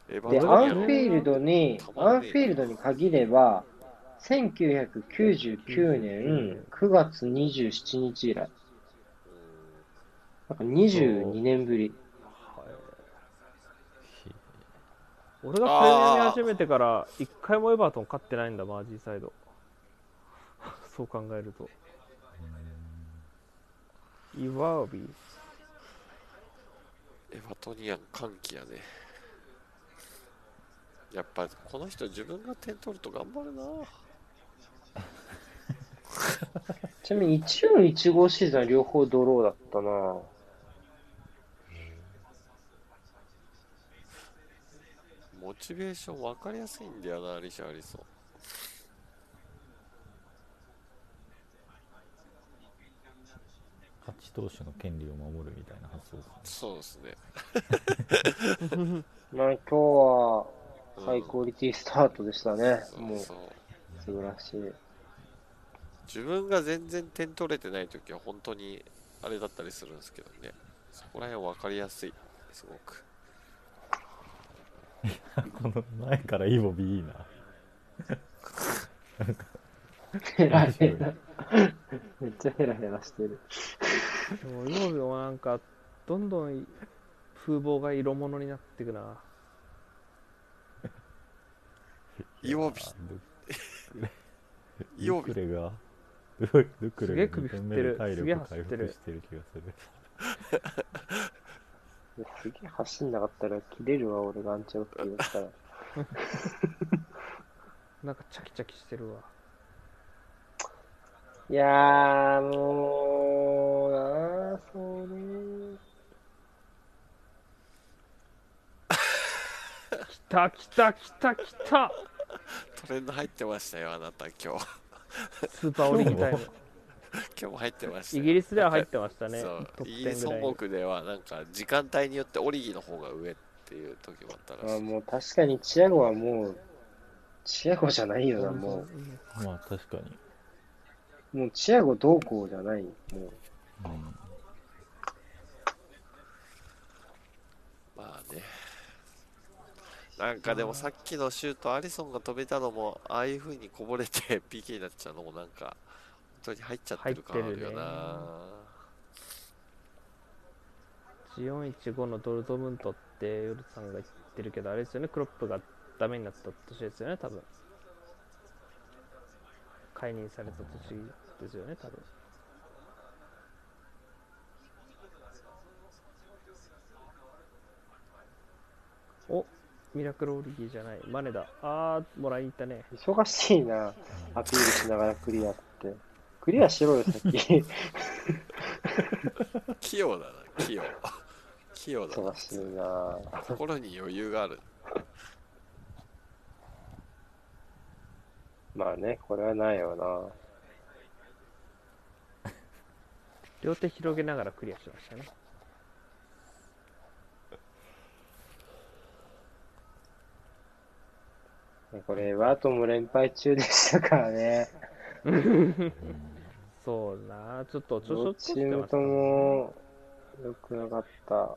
エバで、ーアトンフンィールドに、たまアらンねフえィールドに限れば、1999年9月27日以来、なんか22年ぶり。俺がプレミアム始めてから一回もエバートン勝ってないんだ マージーサイドそう考えると岩帯エバトニアン歓喜やねやっぱこの人自分が点取ると頑張るなちなみに14、15シーズンは両方ドローだったなぁ。モチベーション分かりやすいんだよなリシャーリソン勝ち投手の権利を守るみたいな発想ですそうですね、まあ今日はうんハイクオリティスタートでしたね。そもううそう素晴らしい。自分が全然点取れてない時は本当にあれだったりするんですけどねそこら辺分かりやすいすごくねこの前からイボビいいなヘラヘラ。めっちゃヘラヘラしてる。でも岩尾はなんかどんどん風貌が色物になってくなイオビ イオ曜ビ日ルクレがルルクすげレえが首振2って点る目で体すげえ走力っ回てる復してる気がするすげえ走んなかったら切れるわ、俺がアンチロッティだったら。なんかチャキチャキしてるわいやー、もうなあ、そうね。きたきたきたきたトレンド入ってましたよあなた今日スーパーオリンタイ ム今日も入ってましたイよギリスでは入ってましたねそうトップイギリ10スぐらい本に国ではなんか時間帯によってオリギの方が上っていう時もあったらまあしいもう確かにチアゴはもう、チアゴじゃないよな、もまあ確かに、う。もうチアゴどうこうじゃない。もう。うんまあねなんかでもさっきのシュートアリソンが止めたのもああいう風にこぼれて PK になっちゃうのもなんか本当に入っちゃってる感あるよな1415のドルトムントってヨルツさんが言ってるけどあれですよねクロップがダメになった年ですよね多分解任された年ですよね多分おミラクルオリギーじゃないマネだあーもらいに行ったね忙しいな、アピールしながらクリアって。クリアしろよ、先。器用だな器用器用だな忙しいな。心に余裕があるまあね、これはないよな。両手広げながらクリアしましたねこれ、ワートも連敗中でしたからね。そうなちょっとちょちょ両チちょーっムととも、良くなかった。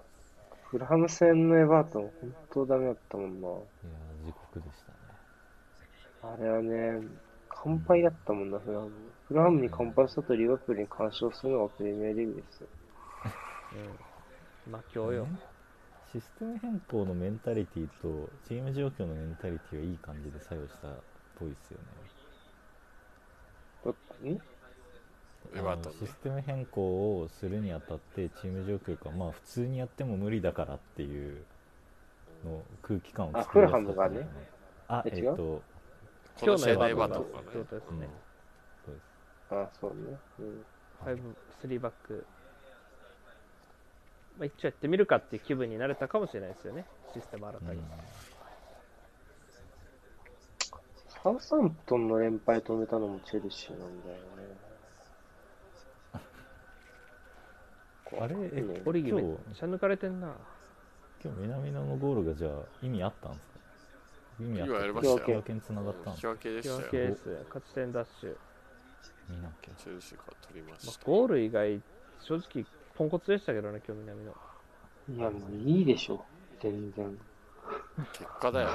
フラム戦のエバートン、本当ダメだったもんな。いやー時刻でしたねあれはね、完敗だったもんな、フラム。フラムに完敗したとリバプールに干渉するのがプレミアリーグですよ。うん、まあ今日よシステム変更のメンタリティとチーム状況のメンタリティはいい感じで作用したっぽいですよねどんエバーあのトンねシステム変更をするにあたってチーム状況がまあ普通にやっても無理だからっていうの空気感をあ作り出したフルハムがねあええっ、違うとこ今の日の試エ合のバエーバトーントのンがね状態ですね、そうですあ、そうね。うん。 5、3バック、まあ、一応やってみるかっていう気分になれたかもしれないですよね、システム新たに。サウサンプトンの連敗止めたのもチェルシーなんだよね。あれえねオリギめっ今ちゃ抜かれてんな。今日南野のゴールがじゃあ意味あったんですか意味あった今やりましたよ引き分けに繋がったん引でき分けでし引たよき分けです、勝ち点ダッシュ。見なきゃチェルシーから取りまましあた、ゴール以外、正直、ポンコツでしたけどね、今日南の。いや、もういいでしょ。全然。結果だよ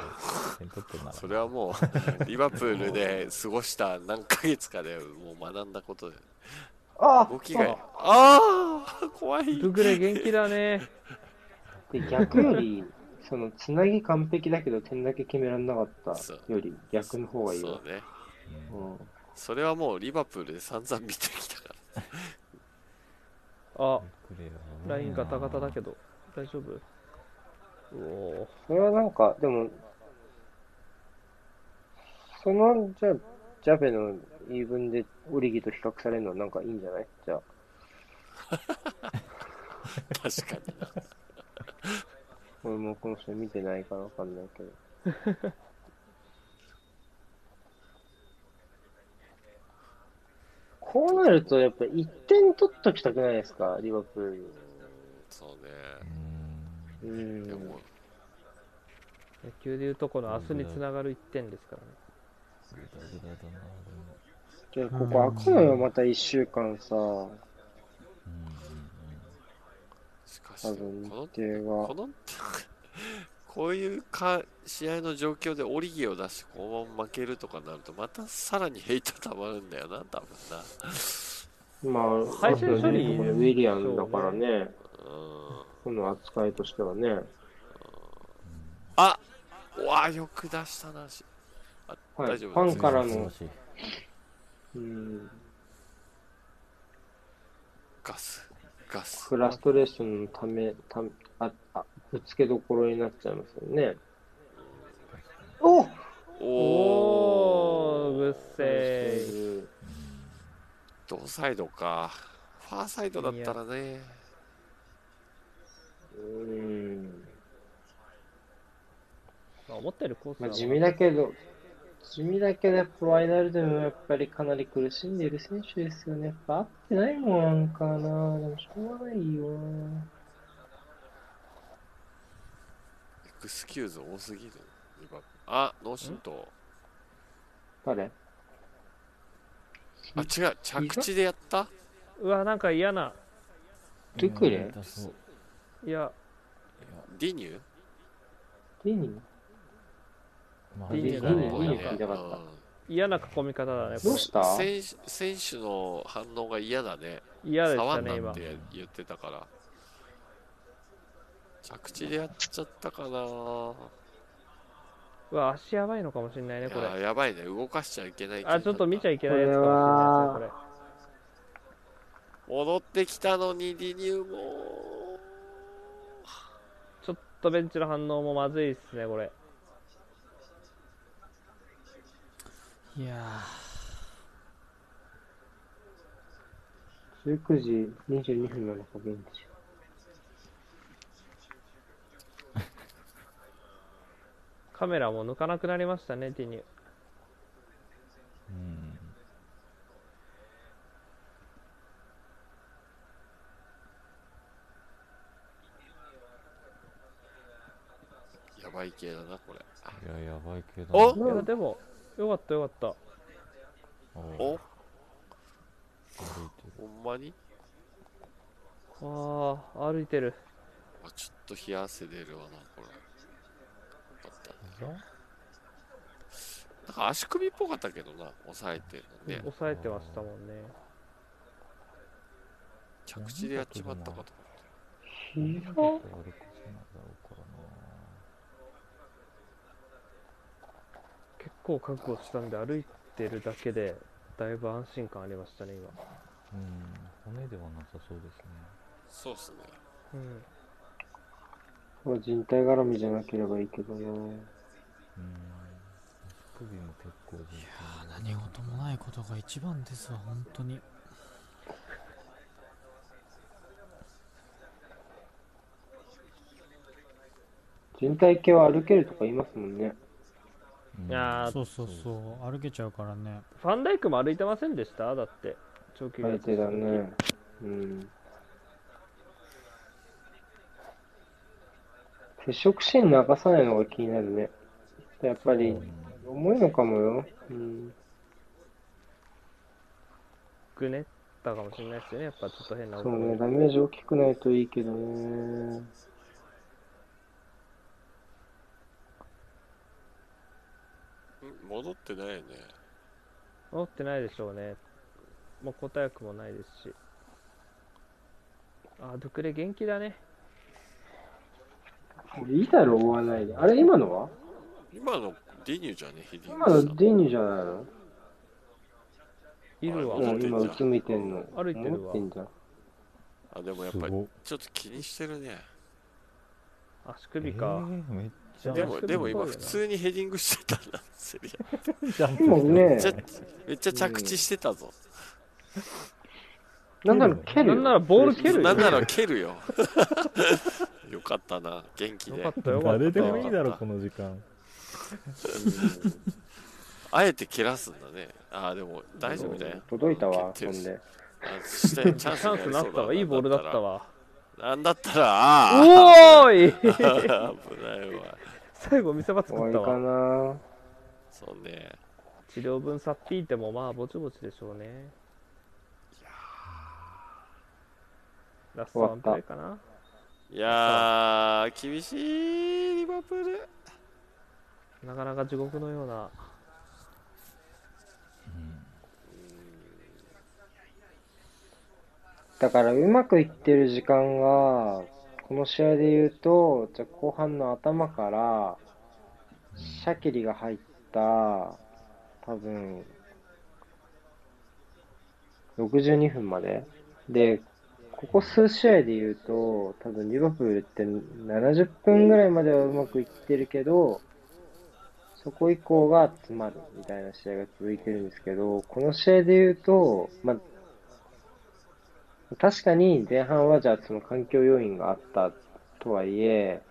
点取ったならそれはもうリバプールで過ごした何ヶ月かでもう学んだことであ動きがああ怖いルグレ元気だね。で、逆より、その、つなぎ完璧だけど、点だけ決められなかそうったより、 逆の方がいいわそ。うねうんそれはもうリバプールで散々見てきたからあくれよラインガタガタだけど大丈夫うおそれはなんか、でも、その、じゃあ、ジャベの言い分でオリギと比較されるのはなんかいいんじゃないじゃあ。 確かにな。俺もこの人見てないからわかんないけど。 こうなると、やっぱ1点取っときたくないですか、リバプール。そうね。うでん。も、野球でいうとこの明日につながる1点ですからねじゃあ、ここ開くのよ、また1週間さ、しかし、多こ分の日、程こが。の、 こういうか試合の状況でオリギを出して、このまま負けるとかなると、またさらにヘイトたまるんだよな、多分な。まあ、最終処理あとねこのウィリアムだからね、うん。この扱いとしてはね。あうわあ、よく出したな。しは大い、丈夫ファンから素晴のら、しいうん、ガス、ガス。フラストレーションのため、ためああぶつけどころになっちゃいますよね。おっおおグッセイー同サイドか。ファーサイドだったらね。うん。まあ思ったよりコースまはあ、地味だけど、地味だけど、やっぱファイナルでもやっぱりかなり苦しんでいる選手ですよね。やっぱ合ってないもんかな。でもしょうがないよ。エクスキューズ多すぎる。リバプールあ、ノーシュート。誰あ、違う。着地でやったうわなんか嫌なトゥクレ痛そういやディニューディニまあいいねだねいいねいいねよかった嫌な囲み方だねこどうれした選手選手の反応が嫌だね。嫌でし触たんねなっ今て言ってたから。着地でやっちゃったかな。うわ足やばいのかもしれないねこいやれやばいね。動かしちゃいけない。あちょっと見ちゃいけないやつかもしれないですねこ戻ってきたのにディニューも。れちょっとベンチの反応もまずいですねこれいやー ?19 時22分なのか、現地。カメラも抜かなくなりましたね手にうんやばい系だな、これ。いややばいけどおいやでもよかったよかっおお歩いてるほんまにたあー歩いてるあちょっと冷や汗出るわな、これ。よかった膝なんか足首っぽかったけどな、押さえてるのね。抑えてましたもんね着地でやっちまったかと。膝歩くせなだろうからな結構覚悟したんで歩いてるだけでだいぶ安心感ありましたね今うん骨ではなさそうですねそうっすね。うんまあ人体絡みじゃなければいいけどな。うん足首も結構重ー何事もないことが一番ですわ本当に人体系は歩けるとか言いますもんね。うんいやーそうそうそう歩けちゃうからねファンダイクも歩いてませんでしただって長期相手だね。うん。接触シーン流さないのが気になるね。やっぱり重いのかもよ。うん。くねったかもしれないですよねやっぱちょっと変なそうね、ダメージ大きくないといいけどね。ん戻ってないよね。持ってないでしょうねもう答えくもないですしあドゥクレ元気だねいいだろ、追わないで。あれ、今のは今のディニューじゃね、ヒディン今グさのんディニュじゃないのいるわあうん、今、うつむいてんの。歩いてるわ思ってんじゃん。あでもやっすぱりごちょっと気にしてるね足首か。えーめっちゃでも足首でも今そ普うだよな通にヘディングしてたなセリアもねめっちゃめっちゃ着地してたぞなんなら蹴るなよんならボール蹴るなよ。んなら蹴るよ よかったな元気よでかったよかった。誰でもいいだろこの時間あえて蹴らすんだねああでも大丈夫だよ届いたわ、蹴そってるんしで。あしたよチャンス チャンスにななっりそうたわ。いいボールだったわ。なんだったらああおーい 危ないわ最後見せ場作終っわりたかわ。な。そうね治療分さっぴいてもまあぼちぼちでしょうね。ラストワンプレーかな。いやー厳しいリバプールなかなか地獄のような。だから、うまくいってる時間が、この試合で言うと、じゃあ後半の頭から、シャキリが入った、多分、62分まで。で、ここ数試合で言うと、多分リバプールって70分ぐらいまではうまくいってるけど、そこ以降が詰まるみたいな試合が続いてるんですけど、この試合で言うと、まあ、確かに前半はじゃあその環境要因があったとはいえ、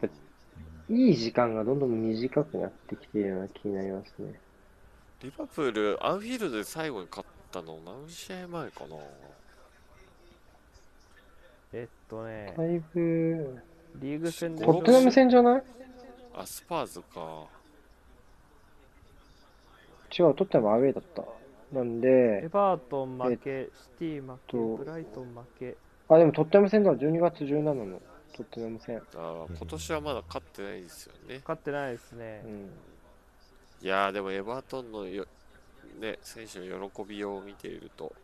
やっぱいい時間がどんどん短くなってきているような気になりますね。リバプール、アンフィールドで最後に勝ったの何試合前かなえっとね、だいぶ、リーグ戦でトップナム戦じゃないあ、スパーズか。違う、取ってもアウェーだった。なんエで、バートン負け、シティ負け、とブライトン負け。あ、でもトッテナム戦だ、12月17のトッテナム戦。だから今年はまだ勝ってないですよね。勝ってないですねう。ん。いやー、でもエバートンのよ、ね、選手の喜びを見ていると、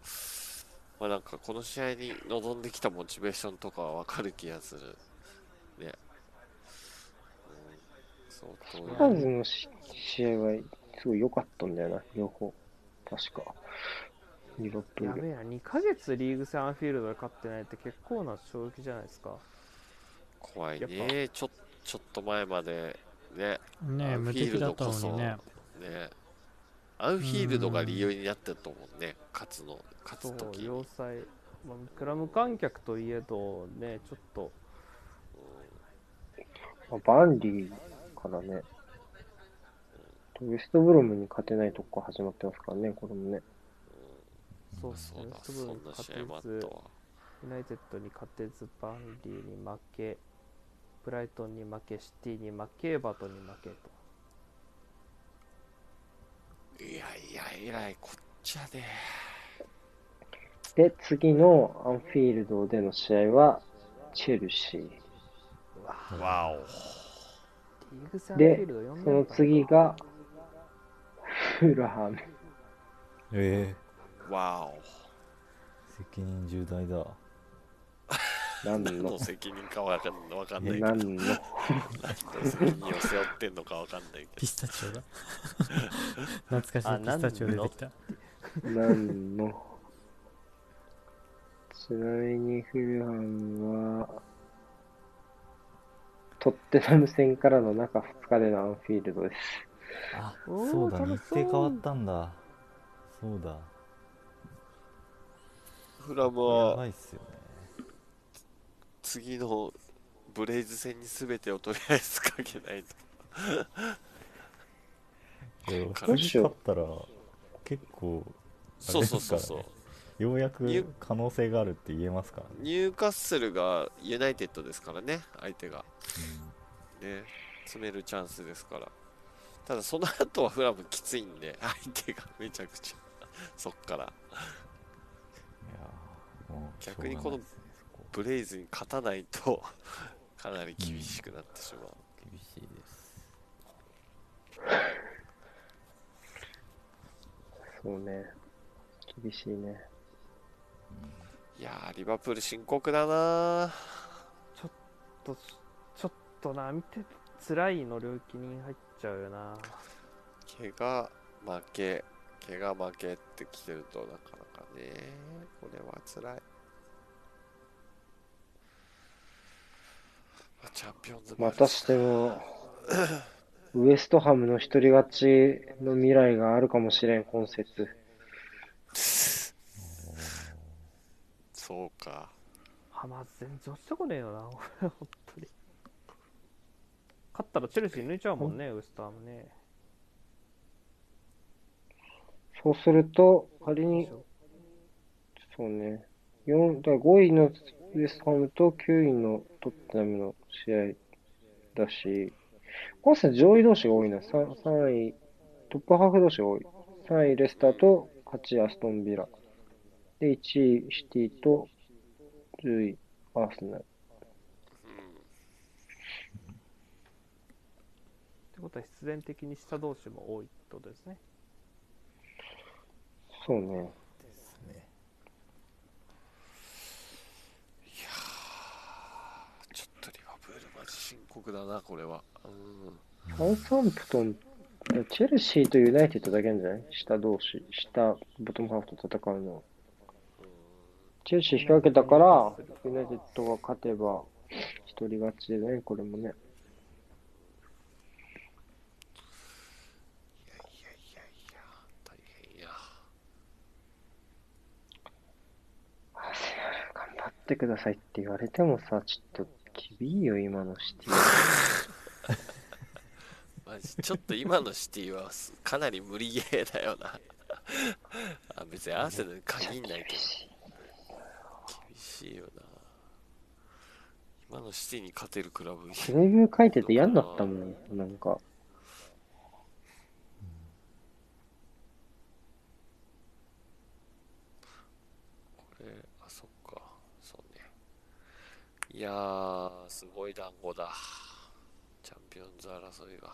まあなんかこの試合に臨んできたモチベーションとかはわかる気がする。ね。うん、ス相パ当いーい。ズのし試合はすごい良かったんだよな、両方。確か。リバプやール。べえな、2ヶ月リーグ戦アンフィールドで勝ってないって結構な衝撃じゃないですか。怖いやっね。ちょ、ちょっと前まで、ね、ねアえンフ無ィー敵ルだドったこのそにねね。アンフィールドが理由になってると思うね。勝つの、勝そつうと、きに。要塞。まあ、クラム観客といえど、ね、ちょっと、あバンリーからね。ウェストブロムに勝てないとこから始まってますからね、これもね。そうですそねうだ、、スそトんブルにな勝試て合もあっずた、わ。ユナイテッドに勝てず、バンリーに負け、ブライトンに負け、シティに負け、エバートンに負けと。いやいや、えらいこっちゃで。で、次のアンフィールドでの試合は、チェルシー。わお。リーグ戦アンフィでールド4連その覇次が、フラハム。えわお。ー、責任重大だ何何のの、責任かわかんわかんないけど、何の。何の責任を背負ってんのかわかんないけピスタチオが懐かしあいピスタチオ出てきたなんの。ちなみにフルハンは、トッテナム戦からの中2日でのアンフィールドです。あおーそうだ楽日しそう程変わったんだそうだど。 フラムやばはいっすよね次のブレイズ戦に全てをとりあえずかけないと。でもどうしよう勝ったら結構あそれうですからねそうそうそう。ようやゆく可能性があるって言えますからね ニューカッスルがユナイテッドですからね、相手が。ね、詰めるチャンスですから。ただその後はフラムきついんで、相手がめちゃくちゃ。そっから。いやーもうしょうが逆にこのないですねそこブレイズに勝たないとかなり厳しくなってしまう、厳しいですそうね。厳しいね。いやーリバプール深刻だなちょっとちょっとな、見て、辛いの領域に入っちゃうよな。ー怪我負け怪我負けってきてるとなかなかねこれは辛いチャンピオンズまたして も、ウエストハムの一人勝ちの未来があるかもしれん、今節。そうか。ハマ全然落ちてこねえよな、俺、本当に。勝ったらチェルシー抜いちゃうもんね、ウエスターもね。そうすると、仮に、そうね、4だから5位のウエストハムと9位のトッテナムの試合だし、今節上位同士が多いな、3, 3位、トップハーフ同士が多い。3位レスターと8位アストンビラ。で、1位シティと10位アーセナル。ってことは必然的に下同士も多いってことですね。そうね。ちょっとリバプールマジ深刻だな、これは。うん。サウサンプトン、チェルシーとユナイテッドだけなんじゃない下同士、下、ボトムハーフと戦うのは。チェルシー引き分けたから、ユナイテッドが勝てば、一人勝ちでね、これもね。いやいやいや、大変や。アーセナル頑張ってくださいって言われてもさ、ちょっと、厳いよ、今のシティ。マジちょっと今のシティはすかなり無理ゲーだよな。あ別にアーセナルに限んないけど。厳しいよな。今のシティに勝てるクラブに。レビュー書いてて嫌になったもん、なんか。これ、あ、そっか。そうね。いやー、すごい団子だ。チャンピオンズ争いが。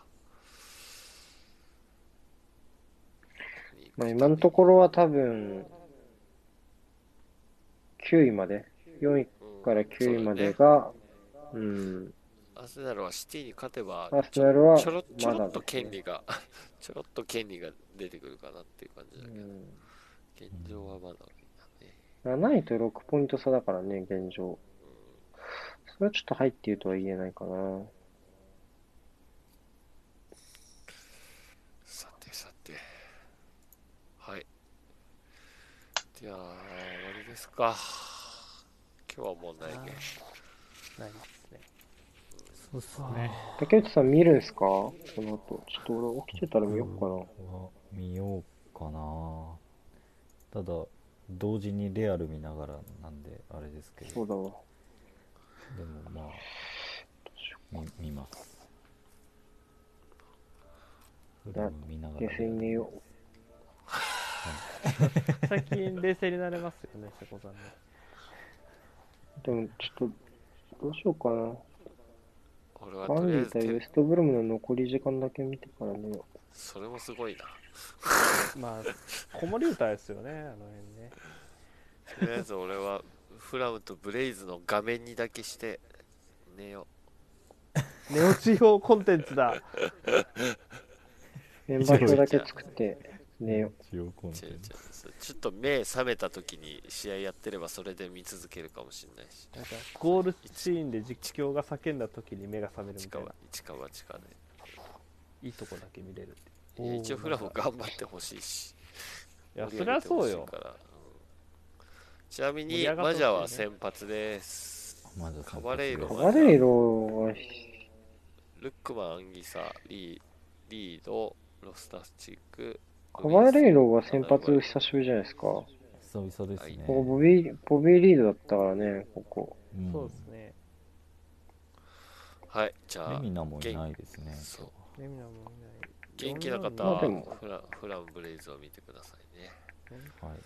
まあ、今のところは多分、9位まで、4位ろから9位までそうだねが、うん、アーセナルはシティに勝てば、アーセナルはちょろちょまろだっとです権ね。利が、 ちょろっと権利が出てくるかなっていう感じだうけど、ん現状はまだね。 7位と6ポイント差だからね、現状。それはちょっと入っているとは言えないかな。さてさて。はい。じゃあ、終わりですか。今日はもうないね。ないですね。そうっすね。竹内さん見るんすかこの後。ちょっと俺起きてたら見よっかな。は見ようかなただ同時にレアル見ながらなんであれですけそどうだわ。でもまあみ見ますフラム見ながら冷静に寝よう。最近冷静になれますよね、瀬古さんね。でもちょっと、どうしようかな。俺はバとンりデあえィず対ウてェ、ストブルムの残り時間だけ見てから 寝よう。それもすごいな。まあ、子守歌ですよね、あの辺ね。とりあえず俺は、 フラムとブレイズの画面にだけして、寝よ寝落ち用コンテンツだ。メンバー表だけ作って寝よう。一応コンう。違テう違ンうツそうちょっと目覚めた時に試合やってればそれで見続けるかもしれないし。なんかゴールシーンで実況が叫んだ時に目が覚めるみた近い場な、近場近場で。いいとこだけ見れるっていや一応フラムか頑張ってほしいし。いや盛りそり上げゃてほそしういよからうんちなみ盛りに上がってほマしいジねャは先発です。まずカバレイロ先発カバレイロは、ルックマン、アンギサ、リー、リード、ロスタスチック。カバレイロが先発久しぶりじゃないですか。こで久々ですね、こボビー、ボビーリードだったからね、ここ。うんそうですねはい、じゃレあ、ミナもいないですねそうレミナもいない元気な方まはあでもフラフランブレイズを見てくださいね。はい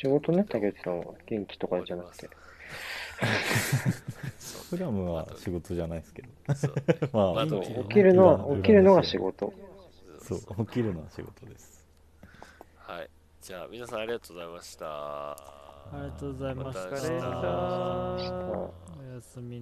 仕事ね、竹内さんは。元気とかじゃな くて。フラムは仕事じゃないですけど事。 そうねまバあドそうミン起きるのは、起きるのが仕事事。そう起きるのは仕事ですはい、じゃあ皆さんありがとうございました。ありがとうございましまおた疲れ明日様た。あおやすみな